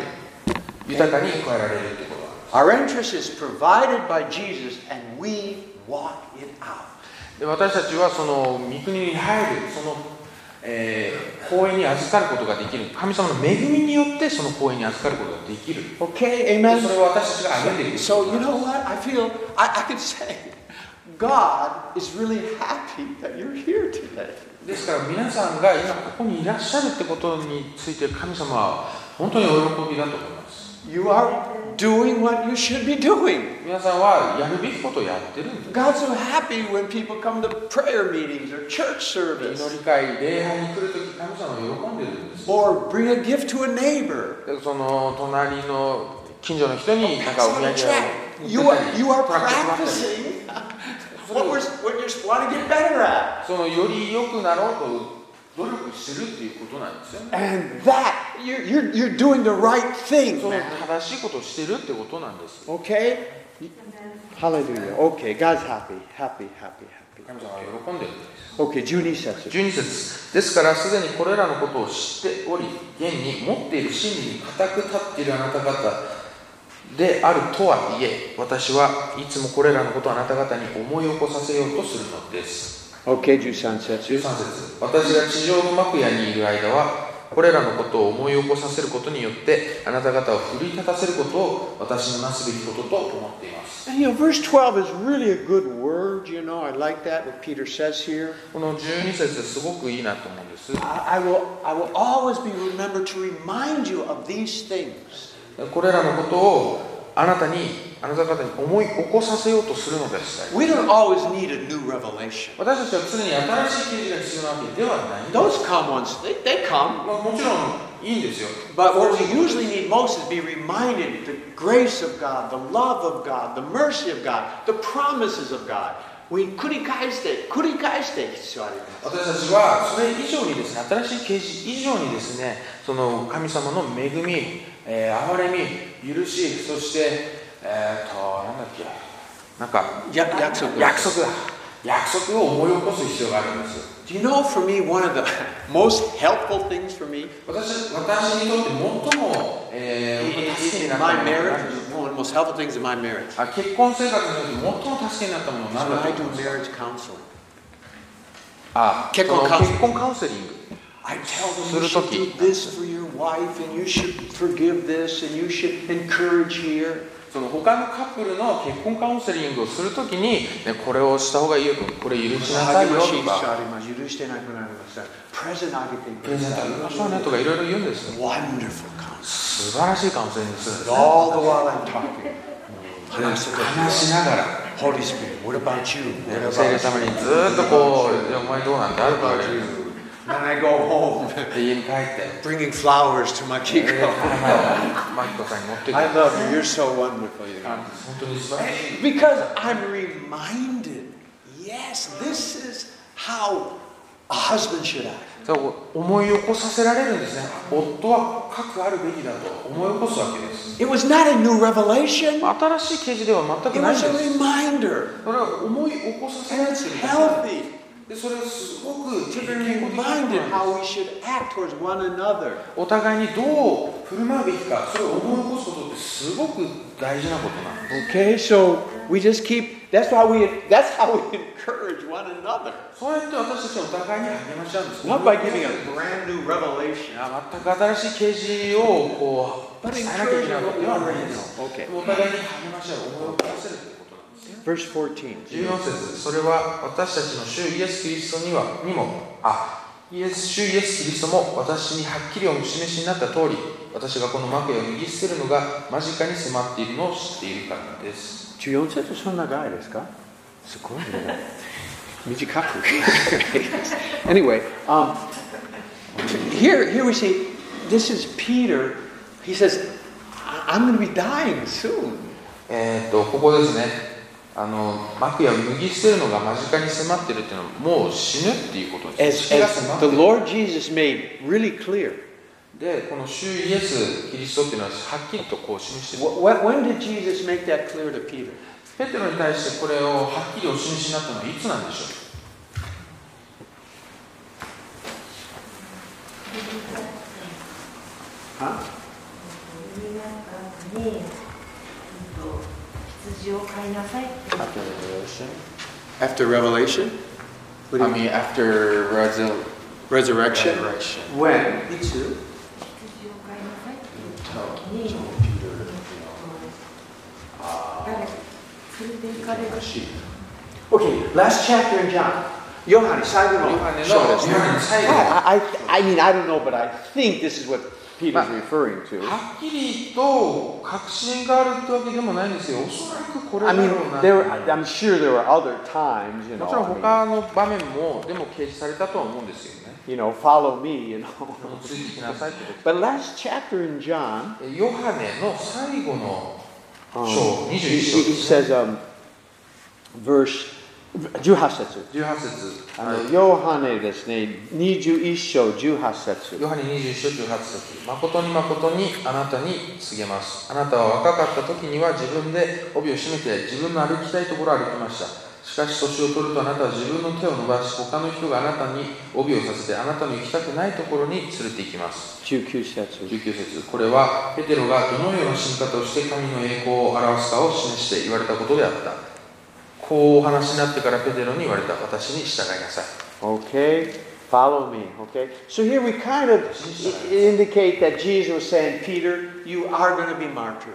D: 豊かに加えられるっていうことは
A: Our interest is provided by Jesus, and we walk it out.
D: で私たちはその御国に入るその、えー、公園に預かることができる神様の恵みによってその公園に預かることができる
A: Okay,
D: で
A: amen.
D: それを私たちが歩んでいく
A: So you know what? I feel I, I could say God is really happy that you're here today.
D: ですから皆さんが今ここにいらっしゃるってことについて神様は本当にお喜びだと思います
A: You are doing what you should be doing.
D: 皆さんはやるべきことをやってるんです
A: God's so happy when people come to prayer meetings or church
D: 祈
A: service
D: り会礼拝に来るとき神様は喜んでるんです
A: or bring a gift to a neighbor.
D: でその隣の近所の人になんかお土
A: Pass
D: 産
A: on
D: を
A: a track. You are you are practicing what we're what you want to get better at,
D: そのより良くなろうと努力するっていうことなんですよね
A: and that you're you're, you're doing the right thing,
D: その
A: man.
D: 正しいことをしてるってことなんです
A: Okay. Hallelujah. Okay, God's happy, happy, happy, happy.
D: 神様は喜んでるんです
A: Okay, Junie says it.
D: 12節ですからすでにこれらのことを知っており現に持っている真理に固く立っているあなた方であるとはいえ私はいつもこれらのことをあなた方に思い起こさせようとするのです
A: Okay, Jusan says
D: 13
A: it.
D: 節私が地上の幕屋にいる間はこれらのことを思い起こさせることによってあなた方を奮い立たせることを私のなすべきことと思っています
A: And, you know, verse 12 is really a good word, you know. I like that, what Peter says here.
D: この12節すごくいいなと思うんです
A: I, I will I will always be remembered to remind you of these things.
D: これらのことをあなたにあなた方に思い起こさせようとするのです
A: We don't always need a new revelation.
D: 私たちは常に新しい記事が必要なわけではないんだ
A: Those come once, they, they come.
D: まあ、もちろんいいんですよ
A: But what we usually need most is be reminded the grace of God, the love of God, the mercy of God, the promises of God. We 繰り返して、繰り返して必要あります。
D: 私たちはそれ以上にですね新しい啓示以上にですねその神様の恵み、えー、憐れみ許しそしてえー、となんだっけなんか
A: や約束
D: 約束だ約束を思い起こす必要があるんです
A: Do you know for me one of the most helpful things for me
D: 私私にとって最も、えー、助けに
A: in
D: なった
A: my marriage, one of
D: ものが
A: the most helpful things in my marriage, is
D: あ結婚生活において最も助けになったものは
A: when
D: 何だと
A: I
D: 思
A: do
D: いま
A: marriage
D: すか
A: counseling.
D: あ
A: 結
D: そ
A: 婚
D: の
A: カウンセ
D: 結婚カウンセリング
A: I tell them you
D: するとき。
A: should do this for your wife, and you should forgive this, and you should encourage here.
D: その他のカップルの結婚カウンセリングをするときに、ね、これをした方がいいよとこれ許しなさいよとかプレゼントあげましょうねとかいろいろ言うんですよ
A: Wonderful counseling.
D: 素晴らしいカウンセリングするんです
A: All the while I'm talking.
D: 話しながら
A: Holy Spirit, what about you?
D: ね
A: What
D: お聖霊
A: about
D: 様にずーっとこういや「お前どうなんだ?」とか
A: about
D: 言われる
A: you? Then I go home,
D: で家に帰って
A: bringing flowers to my
D: えー
A: Kiko.
D: マキコさんに持ってくる
A: I love you. You're so wonderful. You
D: あ
A: know.
D: 本当に素晴らしい
A: Because I'm reminded. Yes, this is how a husband should act.
D: そう思い起こさせられるんですね夫はかくあるべきだと思い起こすわけです
A: It was not a new revelation.
D: 新しい記事では全
A: It
D: くないん
A: was
D: です
A: a reminder.
D: それは思い起こさせら
A: And it's
D: れてるんです
A: healthy
D: でそれはすごく
A: to
D: 健
A: be
D: 康的なこ
A: reminded
D: となんです
A: how we should act towards one another.
D: お互いにどう振る舞うべきかそれを思い起こすことってすごく大事なことなんで
A: Okay, so we just keep. That's why we. That's how we encourage one another.
D: すそうやって私たちはお互いに励まし合うんです
A: Not by giving a brand new revelation.
D: あ全く新しい啓示をこう
A: But
D: 伝えなきゃいけ
A: encourage
D: ない
A: one
D: ことではないんで
A: another.
D: す
A: Okay.
D: お互いに励まし合う思い起こさせるということなんですね
A: Verse 14.
D: 14節それは私たちの主イエス・キリストにはにもあイエス主イエス・キリストも私にはっきりお示しになった通り私がこのマケを脱ぎ捨てるのが間近に迫っているのを知っているからです
A: 14節そんな長いですかすごいね。短く。anyway, um, here, here we see this is Peter. He says, "I- I'm going to be dying soon.
D: えーっとここですねあのマクを脱ぎ捨てるのが間近に迫っているっていうのはもう死ぬっていうことで
A: As,
D: す死が
A: as
D: 迫っ
A: the
D: ている
A: Lord Jesus made really clear.
D: でこの主イエス・キリストっていうのははっきりとこう示してる
A: Wh- wh- When did Jesus make that clear to Peter?
D: ペテロに対してこれをはっきりお示しになったのはいつなんでしょう
A: Huh?
C: に、うんと羊を飼いなさいって
B: After revelation?
A: After Revelation? What do you mean?
D: mean, after Brazil
A: Resurrection?
B: Resurrection.
A: When? Itsu.
C: 羊を飼いなさいって
B: Tell,
C: 言う時
B: tell
C: に
B: Peter, you know,
C: 誰
B: ah,
C: か連れて行かれる
B: the sheep.
A: Okay, last chapter in John. Johannes,
D: ヨ
A: Simon.
D: ハネのヨ
A: Show us.
D: ハネの最後
A: I, I, I mean, I don't know, but I think this is what Peter's
D: Ma-
A: referring to.
D: はっきりと確信があるってわけでもないんですよ、おそらくこれ
A: I
D: だろ
A: mean,
D: うな
A: there were, I'm sure there were other times, you
D: もちろん
A: know, I
D: 他の場面も、でも掲示されたとは思うんですよね。
A: mean, you know, follow me, you know.
D: ついてきなさいってこ
A: But last chapter in John,
D: と。ヨハネの最後の
A: um,
D: 章、
A: he, he-
D: 21
A: he
D: 章、
A: says, um, verse, 18節.
D: 18節、
A: あ
D: あの
A: のヨハネですね、21章18節
D: ヨハネ21章18節誠に誠にあなたに告げます。あなたは若かった時には自分で帯を締めて自分の歩きたいところを歩きました。しかし年を取るとあなたは自分の手を伸ばし他の人があなたに帯をさせてあなたの行きたくないところに連れて行きます。
A: 19節。
D: 19節これはペテロがどのような死に方をして神の栄光を表すかを示して言われたことであったこうお話になってからペテロに言われた私に従いなさい
A: Okay, follow me. Okay, so here we kind of i- indicate that Jesus was saying, Peter, you are going to be martyred.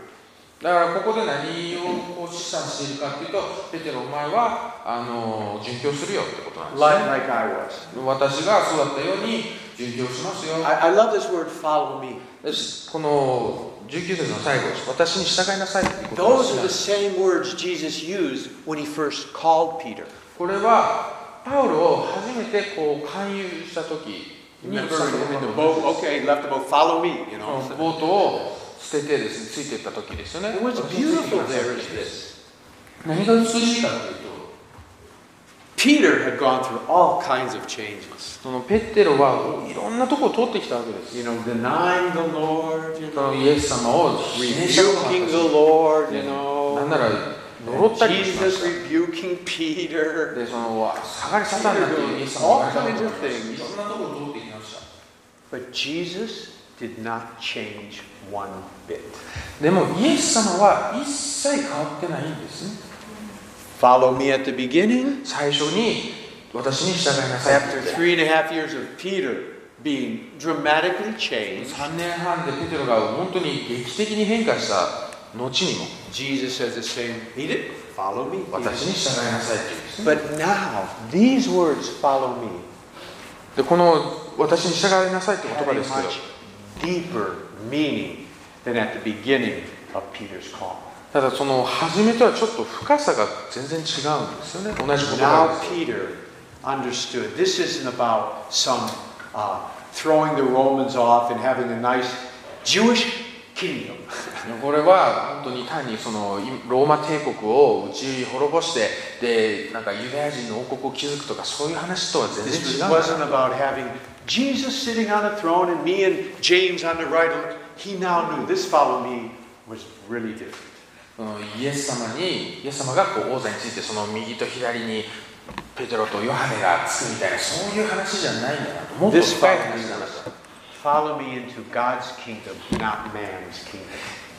D: だからここで何をこう示唆しているかというとペテロお前はあの殉教するよってことなんです、
A: Like, like I was.
D: 私がそうだったように殉教しますよ
A: I, I love this word, follow me.
D: ですこの19節の最後私に従いなさいっていうことを
A: Those
D: 示
A: are
D: 唆
A: the same words Jesus used when he first called Peter.
D: これはパウロを初めてこう勧誘した時に
A: Okay, left the boat. Follow me. You
D: このボートを捨ててですね、ついていった時ですよね。
A: And what's
D: 私につい
A: beautiful
D: てきなさい
A: there is this:
D: 何が美しいかというと、
A: Peter had gone through all kinds of changes.
D: そのペッテロはいろんなところを通ってきたわけです。
A: You know, denying the Lord. You
D: そ
A: know.
D: のイエス様を否定したこともあった
A: rebuking the Lord,
D: し
A: you
D: なん
A: know.
D: なら呪ったりもしま
A: Jesus
D: し
A: rebuking Peter.
D: た。で、その、下がりサタンなんていうイエス様がいたこともあり
A: All kinds
D: ます
A: of things.
D: いろんなところを通ってきまし
A: But Jesus did not change one bit.
D: た。でも、イエス様は一切変わってないんですね。
A: Follow me at the beginning.
D: 最初に、私に従いなさいって
A: After
D: 言って。
A: three and a half years of Peter being dramatically changed,
D: 3年半でペテロが本当に劇的に変化した後にも、
A: Jesus says the same. He didn't follow me.
D: 私に従いなさいって言うんです
A: But
D: ね。
A: now, these words, follow me,
D: でこの私に従いなさいって言
A: have
D: 葉で
A: a
D: すけど
A: much deeper meaning than at the beginning of Peter's call.
D: ただその初めとはちょっと深さが全然違うんですよね同じ言葉なん
A: Now
D: です
A: Peter understood this isn't about some uh, throwing the Romans off and having a nice Jewish kingdom.
D: これは本当に単にそのローマ帝国を打ち滅ぼしてでなんかユダヤ人の王国を築くとかそういう話とは全然
A: This
D: 違うんだ
A: wasn't about having Jesus sitting on a throne and me and James on the right. He now knew this follow me was really different.
D: そのイエス様にイエス様がこう王座についてその右と左にペテロとヨハネがつくみたいなそういう話じゃないんだなともっと
A: This
D: 深い
A: follow
D: 話
A: me
D: なんだ
A: was follow me into God's kingdom, not man's kingdom.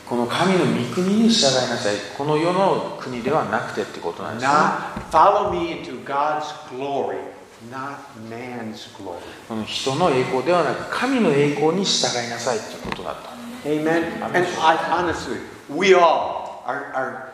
D: この神の御国に従いなさいこの世の国ではなくてってことなんですね
A: Not follow me into God's glory, not man's glory.
D: その人の栄光ではなく神の栄光に従いなさいということだった
A: Amen.
D: Amen.
A: And I, honestly, we all are, are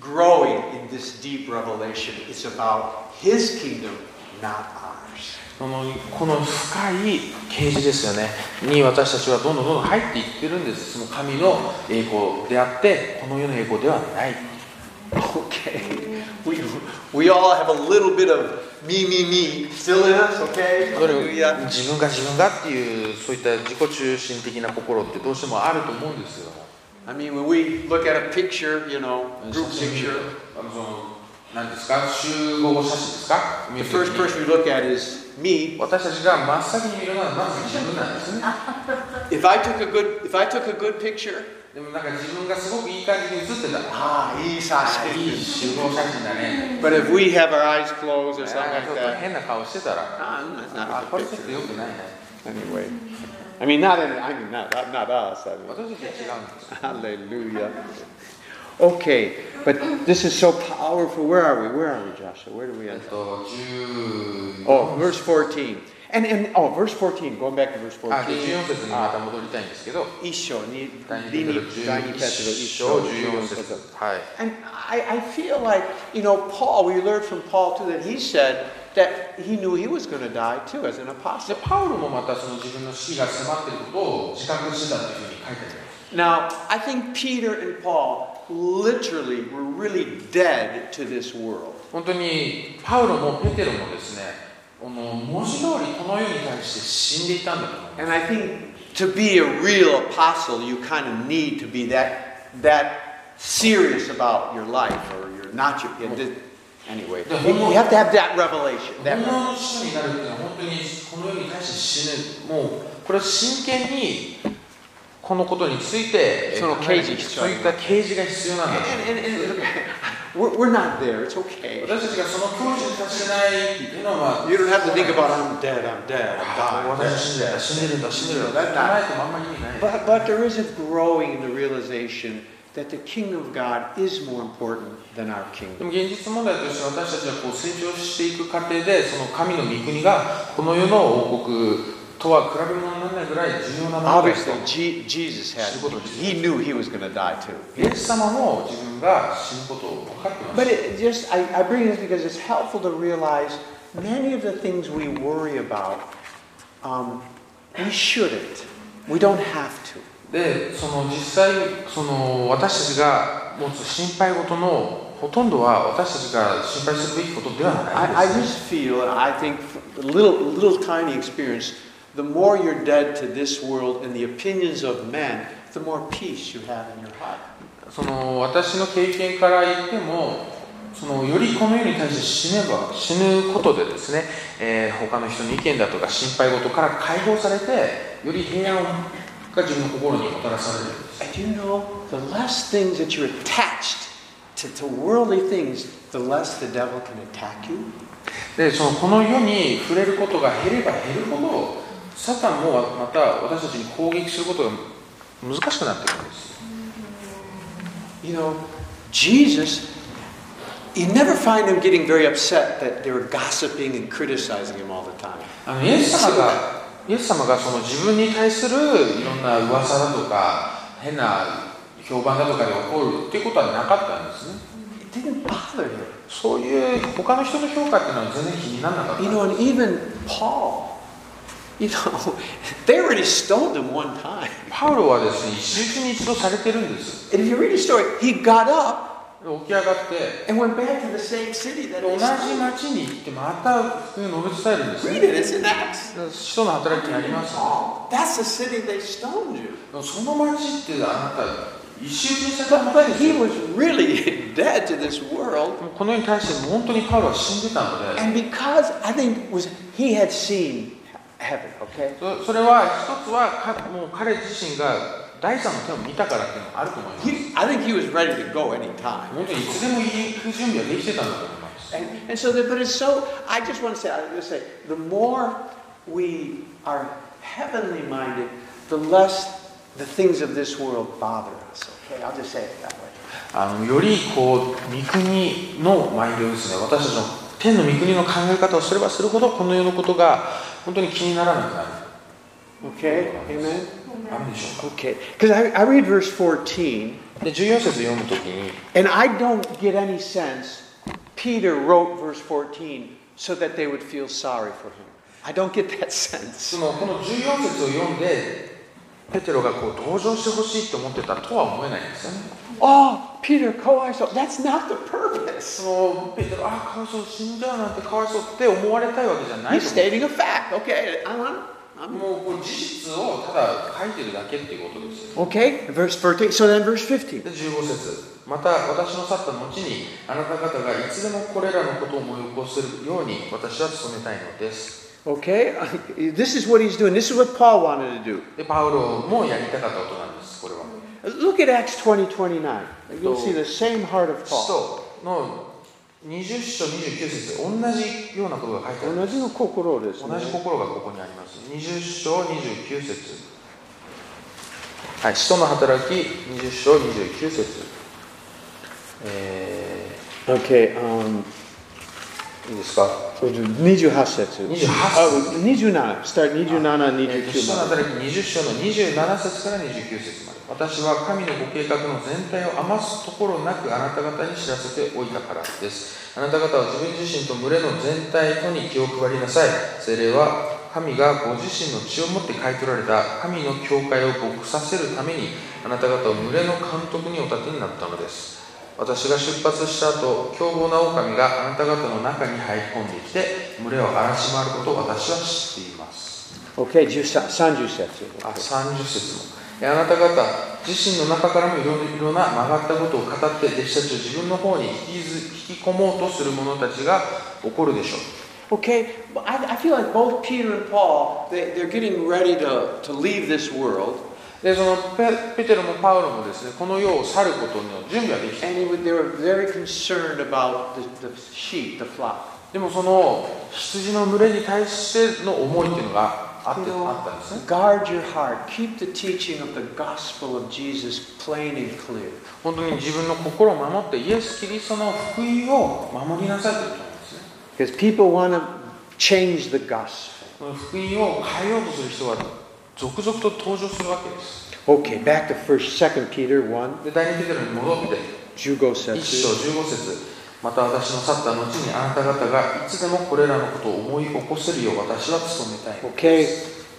A: growing in this deep revelation. It's about His kingdom,
B: not ours.
D: このこの深い啓示ですよねに私たちはどんどんどんどん入っていってるんですその神の栄光であってこの世の栄光ではない
B: Okay. We, we all have a little bit of me, me, me still in us, okay?
D: それ自分が自分がっていうそういった自己中心的な心ってどうしてもあると思うんですよ
B: I mean, when we look at a picture, you know,
D: 写
B: group
D: 真
B: picture,
D: あのその何ですか集合写真ですか
B: the first person we look at is me.
D: 私たちが真っ先に見るのはまず自分なんですね
B: If I took a good, if I took a good picture,
D: でもなんか自分がすごくいい感じに写ってた
B: ah, he's
D: あいい集合写真だね
B: But if we have our eyes closed
D: ちょ
B: or
D: っ
B: something like
D: と
B: that,
D: 変な顔してたら
B: ah, that's
D: あ
B: not a
D: これ
B: good
D: ちょっ
B: picture.
D: と良くないね
A: Anyway, I mean, not in, I mean, not, not us. I mean.
D: 私たちは違うんです
A: Hallelujah. Okay, but this is so powerful. Where are we? Where are we, Joshua? Where do we
D: え
A: end?
D: っと10
A: Oh, verse 14. And, and oh, verse 14, going back to verse
D: あで14
A: 14.
D: 節にまた戻りたいんですけど
A: Isho, ni-
D: 第2ペ
A: dini-
D: テロ
A: dini
D: 11
A: Petro,
D: 章
A: Isho,
D: 14
A: 14
D: 節
A: 節
D: はい
A: And I, I feel like, you know, Paul, we learned from Paul too that he said that he knew he was going to die too as an
D: で
A: apostle.
D: パウロもまたその自分の死が迫っていることを自覚してたというふうに書いてあります
A: Now, I think Peter and Paul literally were really dead to this world.
D: 本当にパウロもペテロもですねあの文字通りこの世に対して死んでいたんだと思う
A: And I think to be a real apostle, you kind of need to be that that serious about your life, or you're not your. it- it- anyway,
D: The
A: you
D: homo-
A: you have to have that revelation.
D: 本
A: That
D: 物の死になるっていうのは本当にこの世に対して死ぬもうこれは真剣にこのことについて
A: その
D: 考え
A: 啓示必要
D: そういった啓示が必要なんだ
A: and, and, and, and we're, we're not there. It's okay.
D: 私たちがその境地に達してないっていうのは
A: You don't have to think about
D: あ
A: I'm dead. I'm dead. I'm
D: あ
A: dying.
D: 私は死んでる死んでるんだ死んでるんだ考
A: That's
D: えてもあんまり意味ない
A: But but there is a growing in the realization that the kingdom of God is more important than our
D: で
A: kingdom.
D: も現実問題として私たちはこう成長していく過程でその神の御国がこの世の王国とは比べ物にならないぐらい重要なものだ
A: Obviously,
D: と
A: Je- Jesus had. He knew he was going to die too.
D: イエス様も自分が死ぬことを分かってま
A: But
D: し
A: it just, I, I bring this because it's helpful to realize many of the things we worry about, um, we shouldn't. We don't have to.
D: たでその実際その私たちが持つ心配事のほとんどは私たちが心配するべきことではな
A: I, I
D: いんで
A: just
D: す
A: feel, and I think, a little, little tiny experience, the more you're dead to this world and the opinions of men, the more peace you have in your heart.
D: その私の経験から言ってもそのよりこの世に対して死ねば死ぬことでですね、えー他の人の意見だとか心配事から解放されてより平安が自分の心にもたらされるんです
A: And you know, the less things that you're attached to, to worldly things, the less the devil can attack you.
D: でそのこの世に触れることが減れば減るほどサタンもまた私たちに攻撃することが難しくなってくるんです
A: You know, Jesus, you never find him getting very upset that they were gossiping and criticizing him all the time.
D: あのイエス様がイエス様がその自分に対するいろんな噂だとか変な評判だとかで起こるっていうことはなかったんですね
A: It didn't bother him.
D: そういう他の人の評価っていうのは全然気にならなかった
A: You know, and even Paul, you know, they already stoned him one time.
D: パウロはですね一周中に一度されてるんです
A: And if you read the story, he got up
D: で起き上がって
A: and went back to the same city that
D: で同
A: he
D: じ
A: stoned.
D: 町に行ってまた普通に述べ伝えるんですね
A: Read it, it's in Acts.
D: 使徒の働きにありますね
A: Paul, that's the city they stoned you.
D: でもその町ってあなた一周中にされた
A: But,
D: 町で
A: but
D: す
A: he was
D: よ
A: really dead to this world.
D: もうこの世に対して本当にパウロは死んでたので
A: And because I think it was he had seen heaven, okay?
D: そそれは一つはかもう彼自身が第三の手を見たからっていうのもあると思います
A: He, I think he was ready to go anytime.
D: 本当にいつでも行く準備はできてたんだと思います
A: And, and so, that, but it's so, I just want to say, I just say, the more we are heavenly minded, the less the things of this world bother us, okay? I'll just say it that way.
D: あのよりこう御国のマインドですね私たちの天の御国の考え方をすればするほどこの世のことが本当に気にならなくなる
A: Okay? Amen?
D: あるでしょ
A: Okay. Because I, I read verse 14,
D: うかで14節読むときに
A: and I don't get any sense. Peter wrote verse 14 so that they would feel sorry for him. I don't get that sense.
D: そのこの14節を読んでペテロがこう登場してほしいと思ってたとは思えないんですよね
A: Oh, Peter, Koiso, that's not the purpose.
D: そのペテロああかわいそう死んじゃうなんてかわいそうって思われたいわけじゃない
A: He's
D: と
A: stating a fact. Okay, I want.
D: 思うもうこう事実をただ書いてるだけっていうことですよ
A: Okay, verse 13. So then, verse 15.
D: で15節また私の去った後にあなた方がいつでもこれらのことを思い起こせるように私は努めたいのです
A: Okay, this is what he's doing. This is what Paul wanted to do.
D: でパウロもやりたかったことなんですこれは
A: Look at Acts 20 29. You'll see the same heart of
D: 使
A: Paul.
D: 徒の20章29節同じようなことが書いてある
A: 同じの心ですね
D: 同じ心がここにあります20章29節はい使徒の働き20章29節え
A: Okay, um,
D: ー、いいですか
A: 28節。
D: 28
A: Oh, 27. Start 27
D: えー使徒
A: 29まで。
D: の働き20章の27節から29節まで私は神のご計画の全体を余すところなくあなた方に知らせておいたからですあなた方は自分自身と群れの全体とに気を配りなさい精霊は神がご自身の血をもって買い取られた神の教会を牧させるためにあなた方を群れの監督にお立てになったのです私が出発した後凶暴な狼があなた方の中に入り込んできて群れを荒らし回ることを私は知っています
A: Okay, 13 30節。
D: あ30節もえあなた方自身の中からもいろいろな曲がったことを語って弟子たちを自分の方に引きず引き込もうとする者たちが起こるでしょう
A: Okay, but I, I feel like both Peter and Paul, they, they're getting ready to, to leave this world.
D: でそのペペテロもパウロもですねこの世を去ることの準備はできて
A: And he would, they were very concerned about the, the sheep, the flock.
D: でもその羊の群れに対しての思いっていうのがあってあったんですね
A: Guard your heart. Keep the teaching of the gospel of Jesus plain and clear.
D: 本当に自分の心を守ってイエス・キリストの福音を守りなさいということなんですね
A: Because people want to change the gospel.
D: この福音を変えようとする人が続々と登場するわけです
A: Okay, back to first, second Peter 1,
D: で第二ペテロに戻って
A: Jugo
D: 1章
A: says,
D: 15節また私の去った後にあなた方がいつでもこれらのことを思い起こせるよう私は努めたい
A: Okay,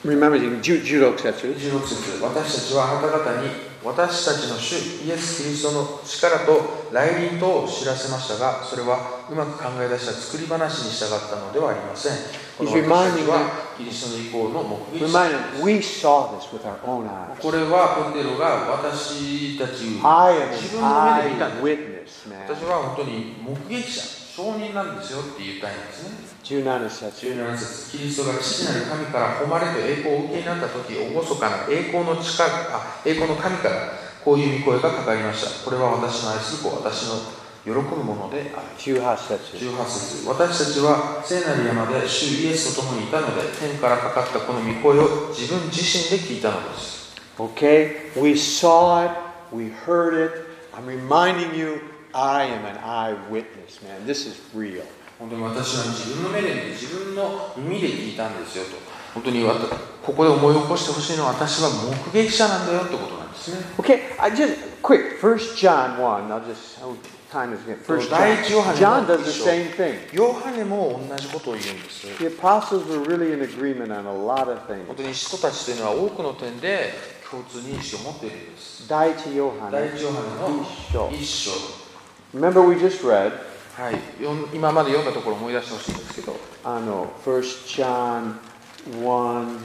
A: remember, the Ju- Judo says,
D: 16節私たちはあなた方に私たちの主イエス・キリストの力と来臨とを知らせましたがそれはうまく考え出した作り話に従ったのではありませんこの
A: He's
D: 私
A: reminding
D: たちはキリストの意向の目撃
A: Remind
D: 者
A: them, we saw this with our own
D: こ
A: eyes.
D: れはペテロが私たち
A: I am
D: 自
A: an
D: 分の目で見たんだ
A: eyewitness, man.
D: 私は本当に目撃者証人なんですよって言いたいんですね
A: 17節
D: 17節キリストが父なる神から誉れと栄光をお受けになった時厳かな栄光の力あ栄光の神からこういう御声がかかりましたこれは私の愛する子私の喜ぶものである
A: 18節
D: 18節私たちは聖なる山で主イエスと共にいたので天からかかったこの御声を自分自身で聞いたのです
A: Okay, we saw it, we heard it. I'm reminding you, I am an eyewitness, man. This is real.
D: 本当に私は自分の目で見て自分の耳で聞いたんですよと本当にわたここで思い起こしてほしいのは私は目撃者なんだよってことなんですね
A: Okay, I just quick. First John one. I'll just. Oh, time is getting. First
D: Dai
A: John.
D: Johannes
A: John does the
D: Bishop.
A: same thing.
D: ヨハネも同じことを言うんです。
A: The apostles were really in agreement on a lot of
D: 本
A: things.
D: 当に人たちというのは多くの点で共通認識を持っているんです。
A: Dai to
D: 第
A: Johannes.
D: 一ヨハネの
A: Bishop.
D: 一章。
A: Remember we just read.
D: はい、よん今まで読んだところを思い出してほしいんですけど、
A: I know. First John one.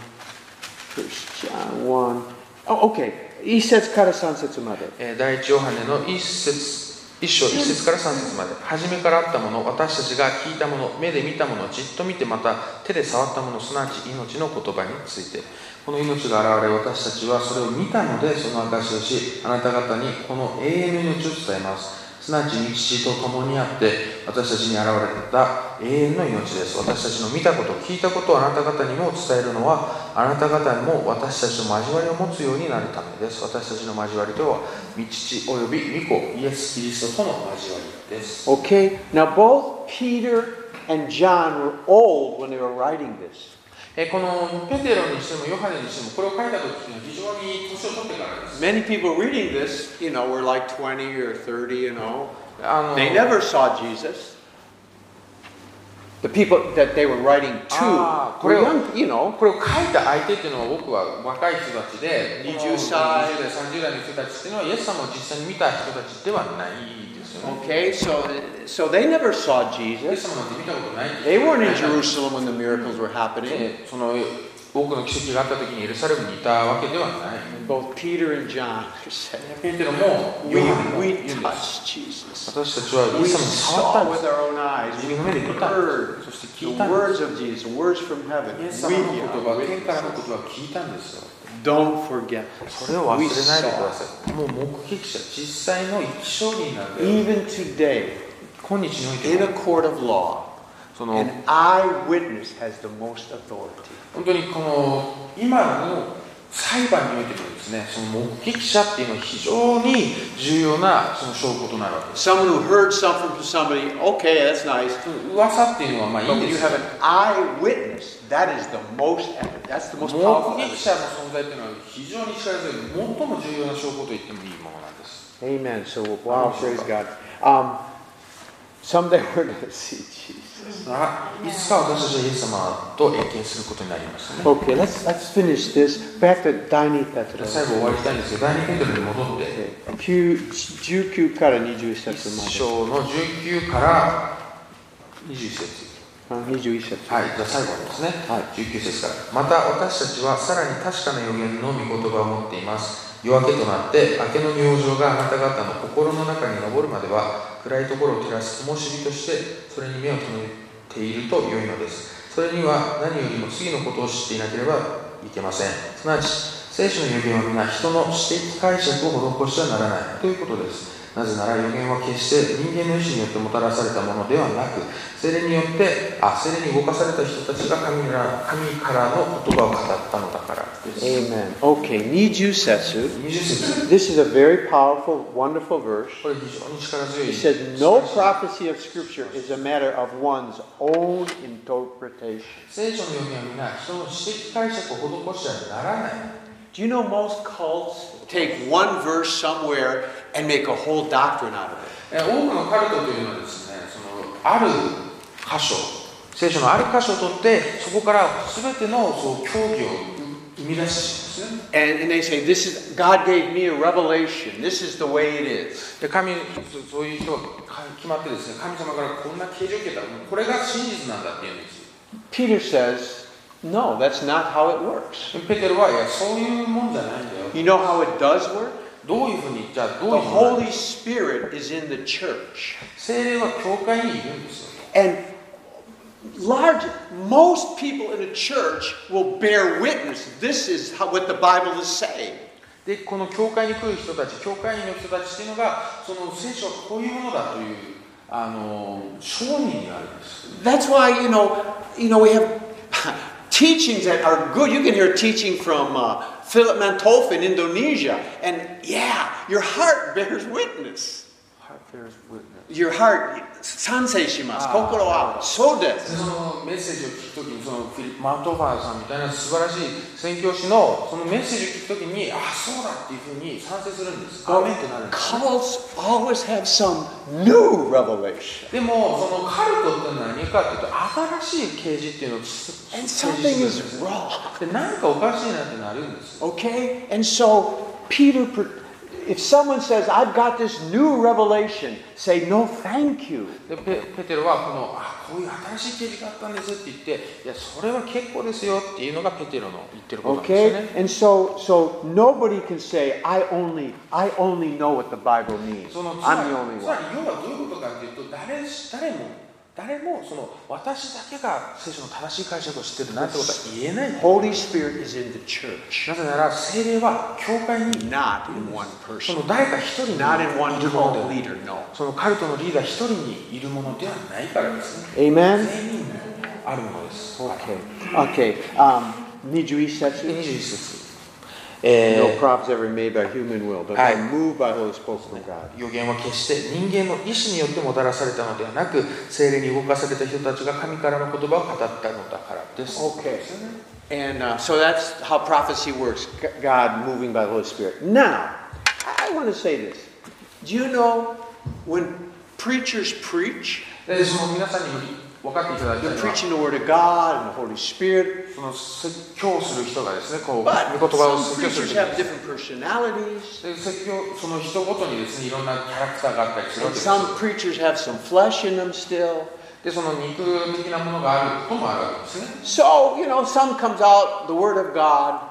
A: First John one. Oh, okay. 一節から三節まで。
D: えー第一ヨハネの一節一章一節から三節まで初めからあったもの私たちが聞いたもの目で見たものじっと見てまた手で触ったものすなわち命の言葉についてこの命が現れ私たちはそれを見たのでその証しをしあなた方にこの永遠の命を伝えますすなわち道父と共にあって私たちに現れた永遠の命です私たちの見たこと聞いたことをあなた方にも伝えるのはあなた方にも私たちの交わりを持つようになるためです私たちの交わりとは道父および御子イエス・キリストとの交わりです
A: Okay. Now both Peter and John were old when they were writing this.
D: えーこのペテロにしてもヨハネにしてもこれを書いた時っていうのは非常に年を取ってからです
B: Many people reading this, you know, were like
A: Uh-huh.
B: 20 or 30, you know.
D: あの
B: They never saw Jesus.
A: The people that they were writing to
D: Ah,
A: were
D: well.
A: young, you know,
D: これを書いた相手っていうのは僕は若い人たちで
A: 20
D: この
A: 歳
D: 20代30代の人たちっていうのはイエス様を実際に見た人たちではないですよね
A: okay, so, so they never saw
D: イエ
A: Jesus.
D: ス様なんて見たことないんです
A: They weren't in Jerusalem when the miracles were happening.
D: ねその多くの奇跡があった時にエルサレムにいたわけではない
A: Both Peter and John said,
D: ペテロも
A: We,
D: ヨハネも言うん
A: we
D: です
A: touched Jesus.
D: 私たちはイエ
A: We
D: ス様に触ったん
A: saw
D: です
A: with our own eyes.
D: 自
A: We
D: 分の目で見たん
A: heard
D: ですそして
A: the
D: 聞いたんで
A: words of Jesus, words from
D: すイ
A: heaven.
D: エス
A: We
D: 様の言葉
A: are
D: 天からの言
A: witnesses.
D: 葉を聞いたんですよ
A: Don't forget this.
D: それを忘れ
A: We
D: ないでく
A: saw.
D: ださいもう目撃者実際の生き証人なんだよ
A: Even today,
D: 今日において
A: in
D: も
A: a court of law,
D: その
A: an eyewitness has the most authority.
D: 本当にこの今の裁判においてもですねその目撃者っていうのは非常に重要なその証拠となるわけです
A: Someone who heard something from somebody, okay, that's nice.
D: 噂っていうのはまあいい
A: But
D: ん
A: when
D: で
A: you
D: すよ
A: have an eyewitness, that is the most, that's the
D: 目
A: most
D: 撃
A: powerful
D: 者
A: evidence.
D: の存在っていうのは非常に知られている最も重要な証拠と言ってもいいものなんです
A: Amen. So, wow, praise God. Um, someday we're going to see Jesus.
D: あいつか私たちはイエス様と謁見することになりましたね
A: Okay, let's, let's finish this. Back to 第二ペトロ。
D: 最後終わりたいんですけど第2ペテロに戻って
A: 9 19から20節ま
D: 1
A: で。
D: 章の19から21節
A: あ21節。
D: はい、じゃあ最後ですね、
A: はい
D: 19節からまた私たちはさらに確かな予言の御言葉を持っています夜明けとなって明けの明星があなた方の心の中に昇るまでは暗いところを照らす灯火としてそれに目を留めていると良いのですそれには何よりも次のことを知っていなければいけませんすなわち聖書の予言は皆人の私的解釈を施してはならないということですなぜなら予言は決して人間の意志によってもたらされたものではなく、精霊によって、あ、精霊に動かされた人たちが神から神からの言葉を語ったのだからです。
A: Amen. Okay, 20節。
D: 20節
A: This is a very powerful, wonderful verse.
D: これ非常に力強い。
A: It says, No prophecy of Scripture is a matter of one's own interpretation.
D: 聖書の予言は皆、人の私的解釈を施してはならない。
A: Do you know most cults take one verse somewhere and make a whole doctrine out of it?
D: え多くのカルトというのはですね、そのある箇所、聖書のある箇所を取って、そこから全てのそう教義を生み出していますね。
A: And, and they say, This is God gave me a revelation. This is the way it is.
D: で神そそういう人がか決まってですね神様からこんな形状を受けたもうこれが真実なんだって言うんです
A: Peter says, No, that's not how it works.
D: でペテロはいやそういうもんじゃないんだよ
A: You know how it does work?
D: どういうふうにじゃあどう
A: The
D: いうふうに
A: Holy Spirit is in the church.
D: 精霊は教会にいるんですよ
A: And large, most people in a church will bear witness. This is how, what the Bible is saying.
D: でこの教会に来る人たち教会員の人たちっていうのがその聖書はこういうものだというあの証人になるんです
A: That's why you know, you know, we have teachings that are good. You can hear teaching from uh, Philip Mantolf in Indonesia, and yeah, your heart bears witness. Your heart, sansei shimasu,
D: Ah.
A: kokoro wa so
D: そ
A: desu.
D: のメッセージを聞くときにそのフィリマントファーさんみたいな素晴らしい宣教師のそのメッセージを聞くときにあそうだっていうふうに賛成するんですアーメンってなるんです
A: Cults always have some new revelation.
D: でもそのカルトっていうのは何かっていうと新しい啓示っていうのを
A: And something
D: 提示
A: is
D: するんですよ
A: wrong.
D: でなんかおかしいなってなるんですよ
A: Okay? And so, Peter, per- if someone says, I've got this new revelation, say, no, thank you.
D: でペペテロはこのあこういう新しい啓示があったんですって言っていやそれは結構ですよっていうのがペテロの言ってることなんですよ
A: Okay?
D: ね
A: And so, so nobody can say, I only, I only know what the Bible means.
D: そのつま
A: I'm
D: り
A: the only
D: つま
A: one.
D: り要はどういうことかというと誰し誰も誰もその私だけが聖書の正しい解釈を知ってるなんてことは言えない
A: Holy Spirit is in the church,
D: なぜなら精霊は教会に
A: not in one
D: そ
A: person,
D: の誰か一人に
A: not in
D: い
A: one
D: るも
A: cult
D: ので
A: leader, no.
D: そのカルトのリーダー一人にいるものではないからですね
A: Amen?
D: 全員にあるものです、
A: Okay. Okay. Um, 21
D: で
A: 節
D: 21節
A: No
D: え
A: prophets ever made by human will, but
D: Aye.
A: they're moved by Holy Spirit from God.
D: ー予言は決して人間の意志によってもたらされたのではなく精霊に動かされた人たちが神からの言葉を語ったのだからです、
A: Okay. And uh, so that's how prophecy works G- God moving by the Holy Spirit. Now, I want to say this. Do you know when preachers preach,
D: でその皆さんに分かっていただきたい
A: They're
D: のは
A: preaching the Word of God and the Holy Spirit.
D: その説教する人がですねこう御言
A: But
D: 葉を
A: some
D: 説教する
A: preachers
D: 人
A: have different personalities.
D: で説教その人ごとにですねいろんなキャラクターがあったりするわ
A: And
D: けです
A: some preachers have some flesh in them still.
D: でその肉的なものがあることもあるわけですね
A: So, you know, some comes out the Word of God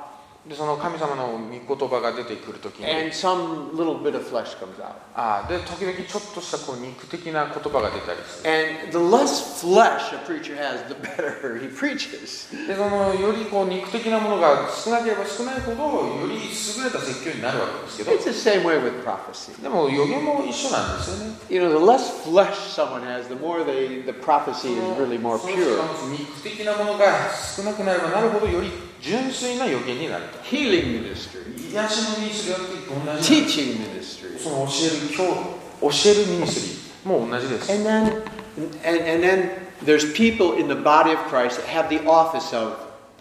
D: でその神様の御言葉が出てくるときに
A: and some little bit of flesh comes out.
D: ああで時々ちょっとしたこう肉的な言葉が出たりす
A: And the less flesh a preacher has, the better he preaches.
D: るでそのよりこう肉的なものが少なければ少ないほどより優れた説教になるわけですけど
A: It's the same way with prophecy.
D: でも予言も一緒なんですよね
A: You know, the less flesh someone has, the more they, the prophecy is really more
D: その人
A: pure.
D: が持つ肉的なものが少なくなればなるほどより純粋な予言になると
A: Healing ministry,
D: 癒しのミニストリーは同じ
A: teaching ministry.
D: その教える教教えるミニストリーも同じです
A: And then, and, and then there's people in the body of Christ that have the office of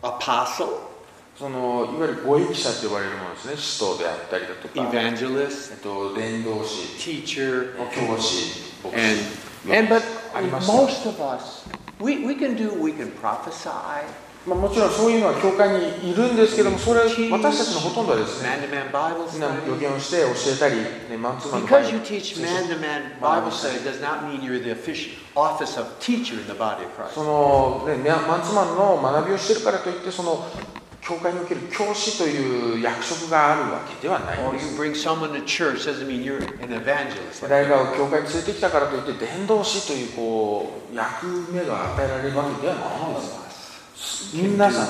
A: apostle,
D: そのいわゆる語益者と呼ばれるものですね使徒であったりだとか、え
A: evangelist,
D: っと、伝道師
A: teacher,
D: 教師牧師
A: and and but
D: ありました、
A: most of us, we, we can do, we can prophesy,
D: まあ、もちろんそういうのは教会にいるんですけどもそれ私たちのほとんどはですね
A: man-to-man Bible
D: みんな予
A: study.
D: 言をして教えたり、ね、マンツーマンの
A: Because you
D: 前に
A: teach man-to-man Bible study does not mean you're the official office of teacher in the body of Christ.
D: その、ね、ママンツーマンの学びをしてるからといってその教会における教師という役職があるわけではないん
A: Or you
D: です
A: bring someone to church doesn't mean you're an evangelist.
D: 誰かを教会に連れてきたからといって伝道師というこう役目が与えられるわけではないんですみんなが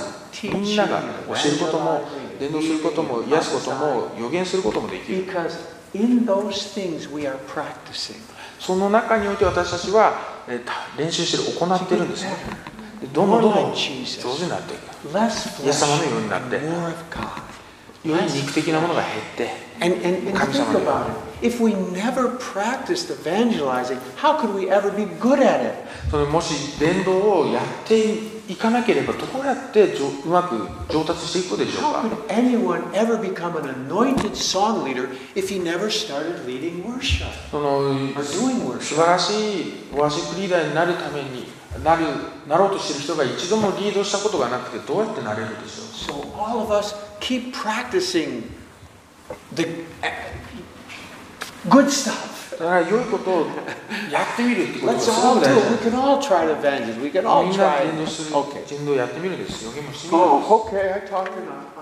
D: みんなが教えることも伝道することも癒すことも予言することもできる
A: Because in those things we are practicing.
D: その中において私たちは、えーた練習してる行ってるんですねでどんどんどんどん上手になっていく
A: Less
D: Yes,
A: flesh,
D: I'm only doing that.
A: more of God.
D: より肉的なものが減って
A: And, and, and
D: Comes
A: think
D: on.
A: about it. If we never practiced evangelizing, how could we ever be good at it?
D: そのもし伝道をやっていかなければどうやってじょうまく上達していくことでしょう
A: How
D: か
A: could anyone ever become an anointed song leader if he never started leading worship
D: その
A: or doing
D: 素
A: worship?
D: 晴らしいワーシップリーダーになるためになるなろうとしてる人が一度もリードしたことがなくてどうやってなれるでしょう
A: So all of us keep practicing the uh, good stuff.
D: だから良いことをやってみるってことが
A: Let's
D: すご
A: all
D: く
A: do
D: 大事
A: it. We can all try to evangelize. We can
D: み
A: all
D: んな
A: try.
D: 伝道する
A: Okay.
D: 伝道やってみるんですよ。予言もしてみるんです
A: Oh, okay. I talked enough.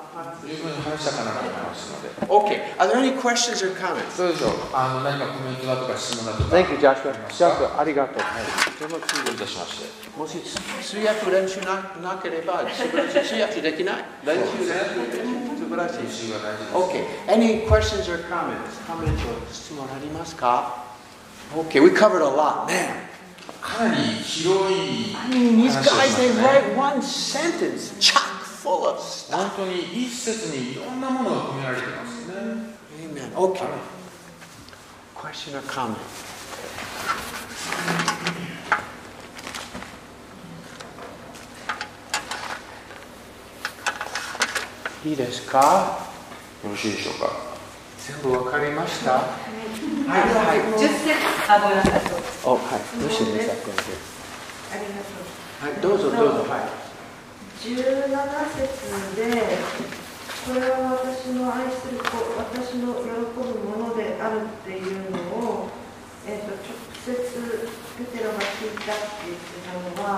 D: 十分話したかなと思いますので。
A: Okay. Are there any questions or comments?
D: どうでしょう。あの何かコメントだとか質問だとか。
A: you, Joshua.
D: あ
A: Joshua, arigato. はい。
D: どういたしまして。
A: もし通訳練習ななければ素晴らしい通訳できない。練習練習素晴らしい。
D: 練習が大事で
A: Okay.
D: す。
A: Any questions or comments? コメント質問ありますか？Okay, we covered a lot, man.
D: かなり広い
A: I mean, these
D: 話をしま
A: guys
D: し
A: they
D: たね。
A: write one sentence chock full of stuff.
D: 本当に一節にいろんなものが込められてますね。
A: Amen. Okay. Question or comment? いいですか
D: よろしいでしょうか。
A: 全部わかりましたは
C: あ
A: い
C: の
A: はい。
C: 10節あ、ごめんなさい。そう
A: お、はい。どうしてくださいこ
C: ありがと
A: れではい、どう
C: う。
A: ぞどうぞ。はい。
C: 17節で、これは私の愛する子、私の喜ぶものであるっていうのを、えー、と直接ペテロが聞いたって言ってたのは、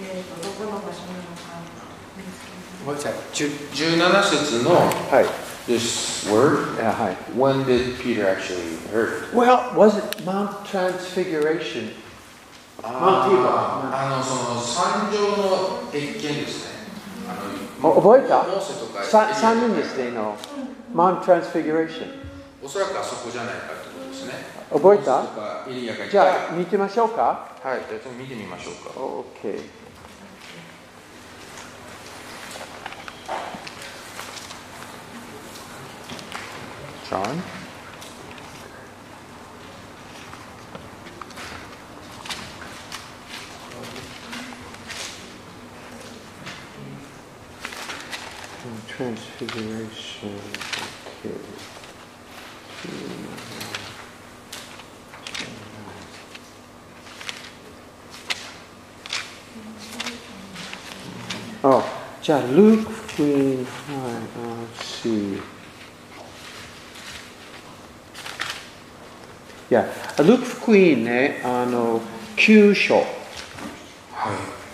C: えー、とどこの場所なのか見つけて
A: What's that?
D: 十七節の
A: はい。
D: this word
A: あはい。
D: when did Peter actually heard?
A: Well, was it Mount Transfiguration? あ
D: あーあのその山上の鉄拳ですね。あの
A: お覚えた
D: モーセとか
A: さ
D: エリアと
A: 三
D: か
A: 人ですね、の。Mount Transfiguration。
D: おそらくあそこじゃないかってことですね。
A: 覚えた
D: モーセとかエリアがいた
A: じゃあ、見てみましょうか。
D: はい、じゃあちょっと見てみましょうか。
A: Okay.
D: John?
A: Transfiguration. Okay. じゃあ、ルーク福音、はい、あ、see. Yeah. ルーク福音ね、あの、9章、
D: はい。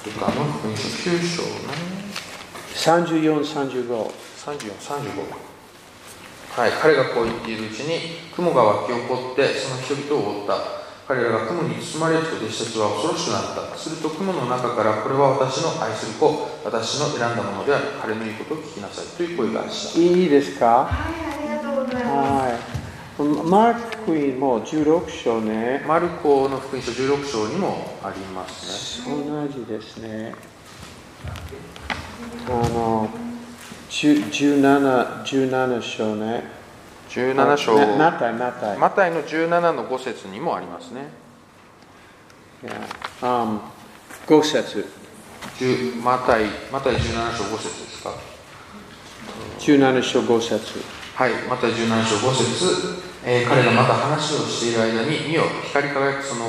D: ルカの福音書9章の
A: 34、35。
D: 34、35。はい、彼がこう言っているうちに雲が湧き起こってその人々を覆った彼らが雲に包まれると弟子たちは恐ろしくなったすると雲の中からこれは私の愛する子私の選んだものである彼の言うことを聞きなさいという声がした
A: いいですか
C: はい、ありがとうございます。
A: はい。マーク福音も16章ね、
D: マルコの福音書16章にもありますね。
A: 同じですね。あの、10 17, 17章ね。
D: 17章、
A: なマタイ、マタイ。
D: マタイの17の5節にもありますね。
A: Yeah. Um, 5節、
D: 10マタイマタイ17章5節ですか。
A: 17章5節。
D: はい、また17章5節、えー彼がまた話をしている間に、見よ、光り輝くその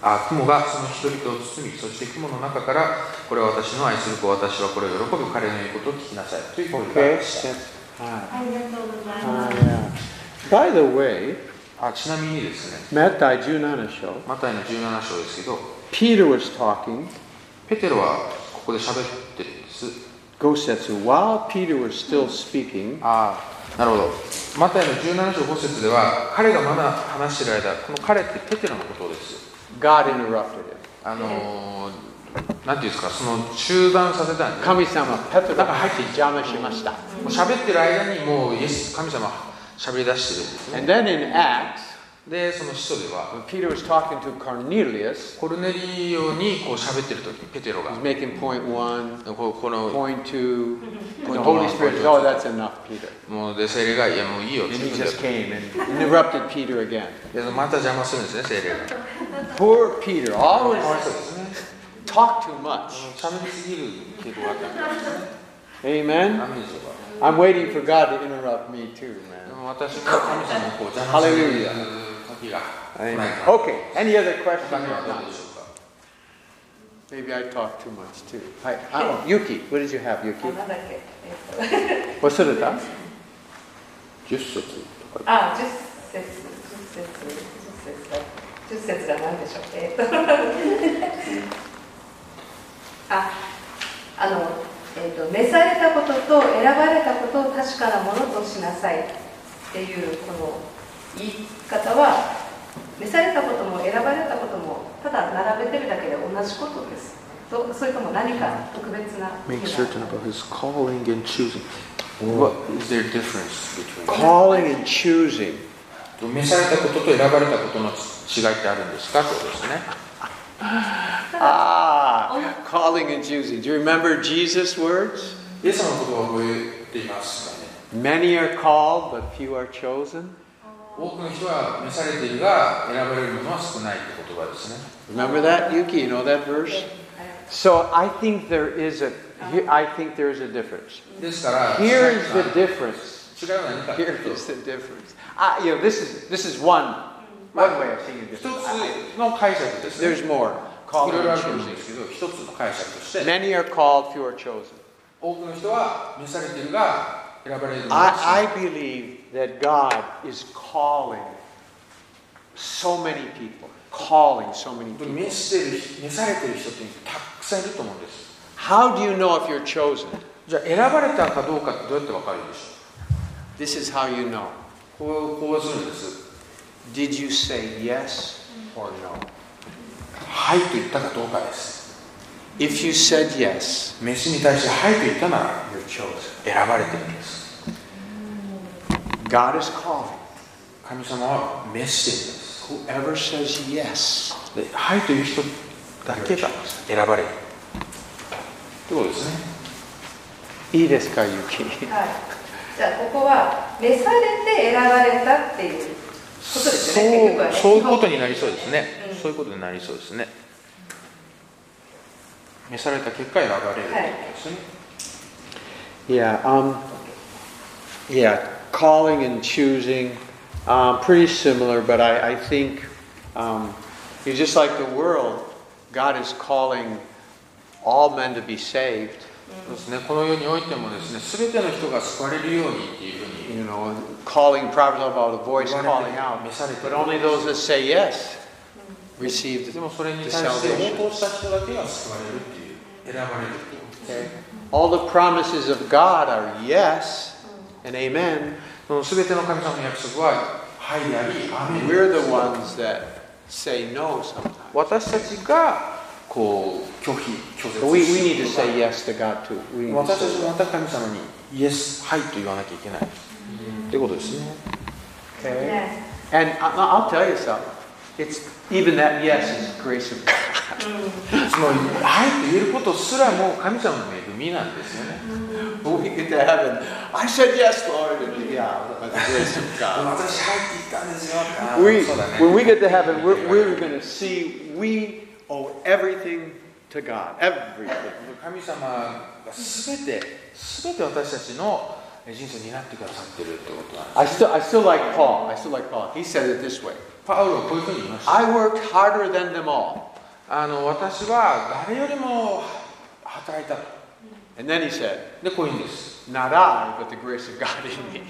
D: あ雲がその人々を包み、そして雲の中から、これは私の愛する子、私はこれを喜ぶ、彼の言うことを聞きなさい。という声があ
A: Okay.
D: りました
A: はい
C: ありがとうございます。
A: あー By the way,
D: あちなみにですね、
A: マタイ17章、
D: マタイの17章ですけど、
A: Peter was talking,
D: ペテロはここで喋ってるんです。
A: 5節、while Peter was still speaking,
D: ああ、なるほど。マタイの17章5節では、彼がまだ話している間、この彼ってペテロのことです。
A: God interrupted him.
D: あのー、なんていうんですか、その中断させたんですね
A: 神様、ペトロが入って邪魔しました。
D: もう喋ってる間にもうイエス神様喋り出してるんです
A: And
D: ね
A: then in Acts,
D: でその使徒では
A: when Peter was talking to Cornelius,
D: コルネリオにこう喋ってる時にペテロが
A: he's making point one,
D: こうこの
A: point two, and the Holy Spirit says, oh, that's enough, Peter.
D: もうで精霊が「いやもういいよ」っ
A: And
D: て
A: he
D: 言うんだ
A: just came and interrupted Peter again.
D: でまた邪魔するんですね精霊が
A: Poor Peter,
D: か
A: always
D: わいそうですね
A: talk too much.
D: 喋りすぎる傾向があったんで
A: Amen?
D: ダメージとか
A: I'm waiting for God to interrupt me too,
D: で
A: man.
D: も私も神様にこう邪魔する時が来ない
A: Amen.
D: か
A: Okay, any other
D: 他にはどう
A: questions?
D: でしょうか
A: Maybe I talk too much too. Hi, oh, Yuki, what did you have,
F: あ
A: Yuki?
F: なんだっけ。えっと
A: What's it about?
D: 10節とか
F: あ、十節、十節、十節だ。十節は何でしょう。えっと。 あ、あの、えっと、召されたことと選ばれたことを確かなものとしなさい。っていうこの言い方は。召されたことも選ばれたことも、ただ並べてるだけで同じことです。と、それとも何か特別な。
D: Make certain about his calling and choosing. What is there difference between?
A: Calling and choosing.
D: 召されたことと選ばれたことの違いってあるんですかそうですね。
A: Ah, calling and choosing. Do you remember Jesus' words?
D: イエス様のことは覚えていますかね。
A: Many are called, but few are chosen.
D: 多くの人は召されているが選ばれるものは少ないって言葉ですね。
A: Remember that, Yuki? You know that verse?
F: はい
A: So I think there is a, here- I think there is a difference.
D: ですから、
A: Here is the
D: 違
A: difference.
D: いは何かという
A: Here
D: と、一
A: is the difference. Ah, you know, this is this is one one way of seeing it.
D: つの解釈ですね。
A: There's more
D: い
A: calling
D: ろいろある
A: and
D: と思うん
A: choosing.
D: ですけど、一つの解釈として、
A: Many are called, few are chosen.
D: 多くの人は召されているが選ばれるものは少
A: I,
D: ない。
A: I believe that God is calling so many people, calling so many
D: 本当
A: people.
D: に召してる人召されてる人ってたくさんいると思うんです。
A: How do you know if you're chosen?
D: じゃあ選ばれたかどうかってどうやってわかるでしょ
A: This is how you know.
D: うこうこうするんです
A: Did you say yes or no?
D: はいと言ったかどうかです
A: If you said yes,
D: 飯に対してはいと言ったなら
A: you're chosen.
D: 選ばれてるんです
A: God is calling.
D: 神様は召してるん
A: Whoever says yes,
D: ですではいという人だけが選ばれるってことですね
A: いいですか, Yuki?
F: はい、じゃあここは召されて選ばれたっていうことですよね、結局はね。
D: そういうことになりそうですね、
F: うん
D: そういうことになりそうですね召された結果選ばれるってことですね、
A: Yeah, um, yeah, calling and choosing, um, pretty similar, but I, I think um, you just like the world, God is calling all men to be saved.
D: そうですね、この世においてもですね、すべての人が救われるようにっていうふうに
A: You know, calling, Proverbs about a voice
D: 言われ
A: calling
D: て
A: out.
D: 召されて
A: But
D: る
A: only those that say yes receive
D: で
A: the
D: もそれに対して応答した人だけが救われるっていう選ばれるっていう
A: okay? All the promises of God are yes and amen.
D: その全ての神様の約束ははいでありアーメン
A: We're the ones that say no sometimes.
D: 私たちがこう拒否拒
A: But we,
D: 絶
A: we
D: して
A: need to
D: いくことが
A: say yes to God too. We need to
D: 私たち
A: say
D: もまた神様にイエスはいと言わなきゃいけないってことですね
A: okay?
G: ね
A: And I- I'll I'll tell you something. It's even that yes is grace of God.
D: そのはいと言えることすらも神様の恵みなんですよね
A: When we get to heaven, I said yes, Lord. And yeah, by the grace of
D: 私
A: God.
D: はいって言ったんですよあ
A: We,
D: そうだね
A: when we get to heaven, we're, we're going to see we owe everything to God. Everything.
D: 神様が全て全て私たちの人生を担ってくださってるってことなんです
A: I still, I still like Paul. I still like Paul. He said it this way
D: パウロはこういうふうに言いました
A: I worked harder than them all.
D: あの私は誰よりも働いたと
A: And then he said,
D: でこういうんです
A: Not I, but the grace of God in me.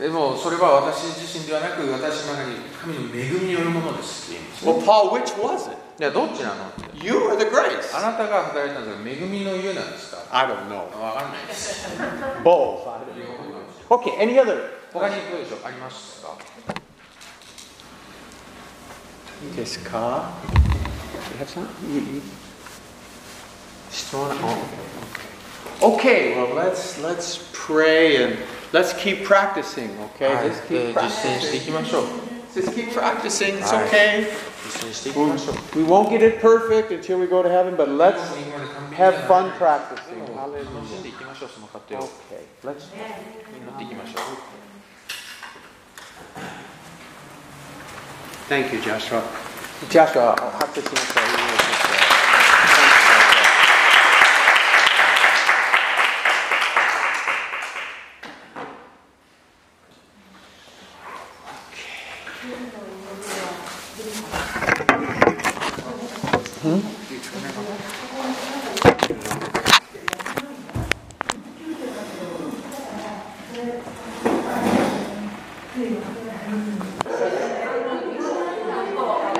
D: でもそれは私自身ではなく私の中に神の恵みによるものですって言うんですね
A: Well, Paul, which was it?
D: じゃあどっちなのって
A: You or the grace?
D: あなたが働いたのは恵みの家なんですか
A: I don't know.
D: わかんないです
A: Both. I don't know. Okay, any other?
D: 他にどうでしょうありましたか
A: This car. You have some? You, you. Just throw it home. Okay, well let's let's pray and let's keep practicing, okay?
D: はい
A: Let's
D: で
A: keep
D: 実践してい
A: practicing.
D: きましょう
A: Just keep practicing, it's
D: Alright.
A: okay.
D: 実践していき
A: We,
D: ましょう
A: we won't get it perfect until we go to heaven, but let's
D: 今まで完璧じゃない
A: have fun practicing.
D: でも楽しん
A: Hallelujah.
D: でいきましょうその過程を
A: Okay, let's
D: 祈っていきましょう
A: Thank you, Joshua. Joshua, I'll have to see if I can get this, uh, thank you.